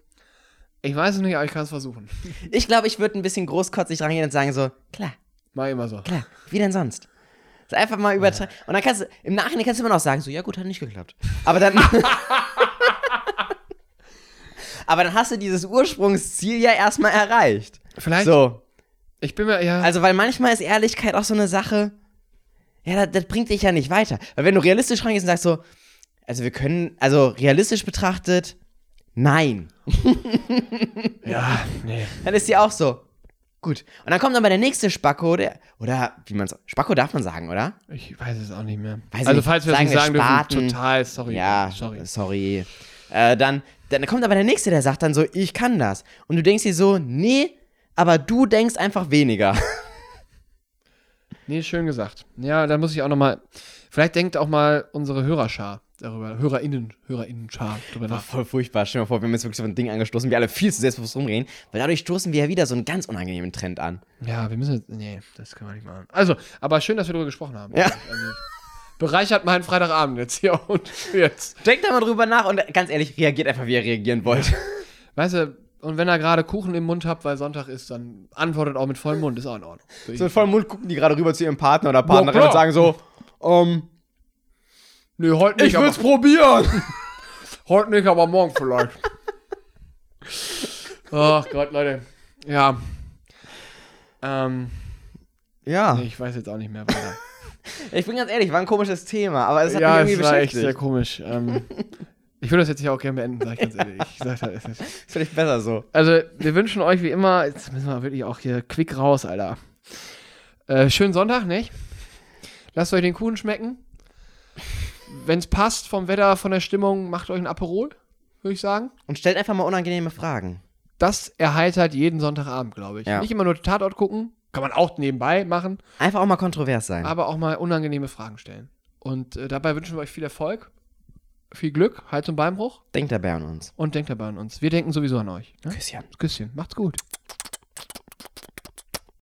Speaker 1: Ich weiß es nicht, aber ich kann es versuchen.
Speaker 2: Ich glaube, ich würde ein bisschen großkotzig rangehen und sagen so, klar,
Speaker 1: Mach immer so.
Speaker 2: klar, wie denn sonst? Ist einfach mal übertreiben. Und dann kannst du, im Nachhinein kannst du immer noch sagen, so, ja gut, hat nicht geklappt. Aber dann. (laughs) Aber dann hast du dieses Ursprungsziel ja erstmal erreicht.
Speaker 1: Vielleicht.
Speaker 2: So.
Speaker 1: Ich bin mir, ja.
Speaker 2: Also, weil manchmal ist Ehrlichkeit auch so eine Sache, ja, das, das bringt dich ja nicht weiter. Weil wenn du realistisch rangehst und sagst so, also wir können, also realistisch betrachtet, nein.
Speaker 1: ja, Ah, nee.
Speaker 2: Dann ist sie auch so. Gut. Und dann kommt aber der nächste Spacko, der, oder wie man Spacko darf man sagen, oder?
Speaker 1: Ich weiß es auch nicht mehr.
Speaker 2: Weiß
Speaker 1: also,
Speaker 2: nicht.
Speaker 1: falls wir es
Speaker 2: Sagen
Speaker 1: nicht
Speaker 2: wir
Speaker 1: sagen dürfen,
Speaker 2: Spaten.
Speaker 1: total sorry.
Speaker 2: ja,
Speaker 1: sorry.
Speaker 2: sorry. sorry. Äh, dann, dann kommt aber der nächste, der sagt dann so, ich kann das. Und du denkst dir so, nee, aber du denkst
Speaker 1: (laughs)
Speaker 2: einfach weniger.
Speaker 1: Nee, schön gesagt. Ja, da muss ich auch nochmal. Vielleicht denkt auch mal unsere Hörerschar darüber. HörerInnen, HörerInnenschar darüber
Speaker 2: War
Speaker 1: nach.
Speaker 2: voll furchtbar. Stell dir mal vor, wir haben jetzt wirklich so ein Ding angestoßen, wir alle viel zu selbstbewusst rumreden, weil dadurch stoßen wir ja wieder so einen ganz unangenehmen Trend an.
Speaker 1: Ja, wir müssen jetzt. Nee, das können wir nicht machen. Also, aber schön, dass wir darüber gesprochen haben.
Speaker 2: Ja.
Speaker 1: Also, bereichert meinen Freitagabend jetzt hier (laughs) und jetzt.
Speaker 2: Denkt da mal drüber nach und ganz ehrlich, reagiert einfach, wie ihr reagieren wollt.
Speaker 1: Weißt du, und wenn ihr gerade Kuchen im Mund habt, weil Sonntag ist, dann antwortet auch mit vollem Mund, ist auch in Ordnung.
Speaker 2: So mit vollem Mund gucken die gerade rüber zu ihrem Partner oder Partnerin
Speaker 1: klar.
Speaker 2: und sagen so, ähm,
Speaker 1: nee, heute nicht, aber,
Speaker 2: probieren.
Speaker 1: (laughs) heute nicht, aber morgen (laughs) vielleicht. Ach Gott, Leute. Ja. Ähm,
Speaker 2: Ja.
Speaker 1: nee, ich weiß jetzt auch nicht mehr weiter.
Speaker 2: Ich bin ganz ehrlich, war ein komisches Thema, aber es hat
Speaker 1: ja,
Speaker 2: mich
Speaker 1: es
Speaker 2: irgendwie
Speaker 1: war echt sehr
Speaker 2: beschäftigt.
Speaker 1: komisch. Ähm, (laughs) ich würde das jetzt hier auch gerne beenden, sag ich ganz ehrlich. Ich sag, das ist,
Speaker 2: Ist vielleicht besser so.
Speaker 1: Also, wir wünschen euch wie immer, jetzt müssen wir wirklich auch hier quick raus, Alter. Äh, schönen Sonntag, nicht? Lasst euch den Kuchen schmecken. Wenn's passt, vom Wetter, von der Stimmung, macht euch ein Aperol, würde ich sagen.
Speaker 2: Und stellt einfach mal unangenehme Fragen.
Speaker 1: Das erheitert jeden Sonntagabend, glaube ich.
Speaker 2: Ja.
Speaker 1: Nicht immer nur Tatort gucken, kann man auch nebenbei machen,
Speaker 2: Einfach auch mal kontrovers sein.
Speaker 1: aber auch mal unangenehme Fragen stellen. Und äh, dabei wünschen wir euch viel Erfolg, viel Glück, Hals- und Beinbruch
Speaker 2: Denkt dabei an uns.
Speaker 1: und denkt dabei an uns. Wir denken sowieso an euch. Ne?
Speaker 2: Küsschen.
Speaker 1: Küsschen, macht's gut.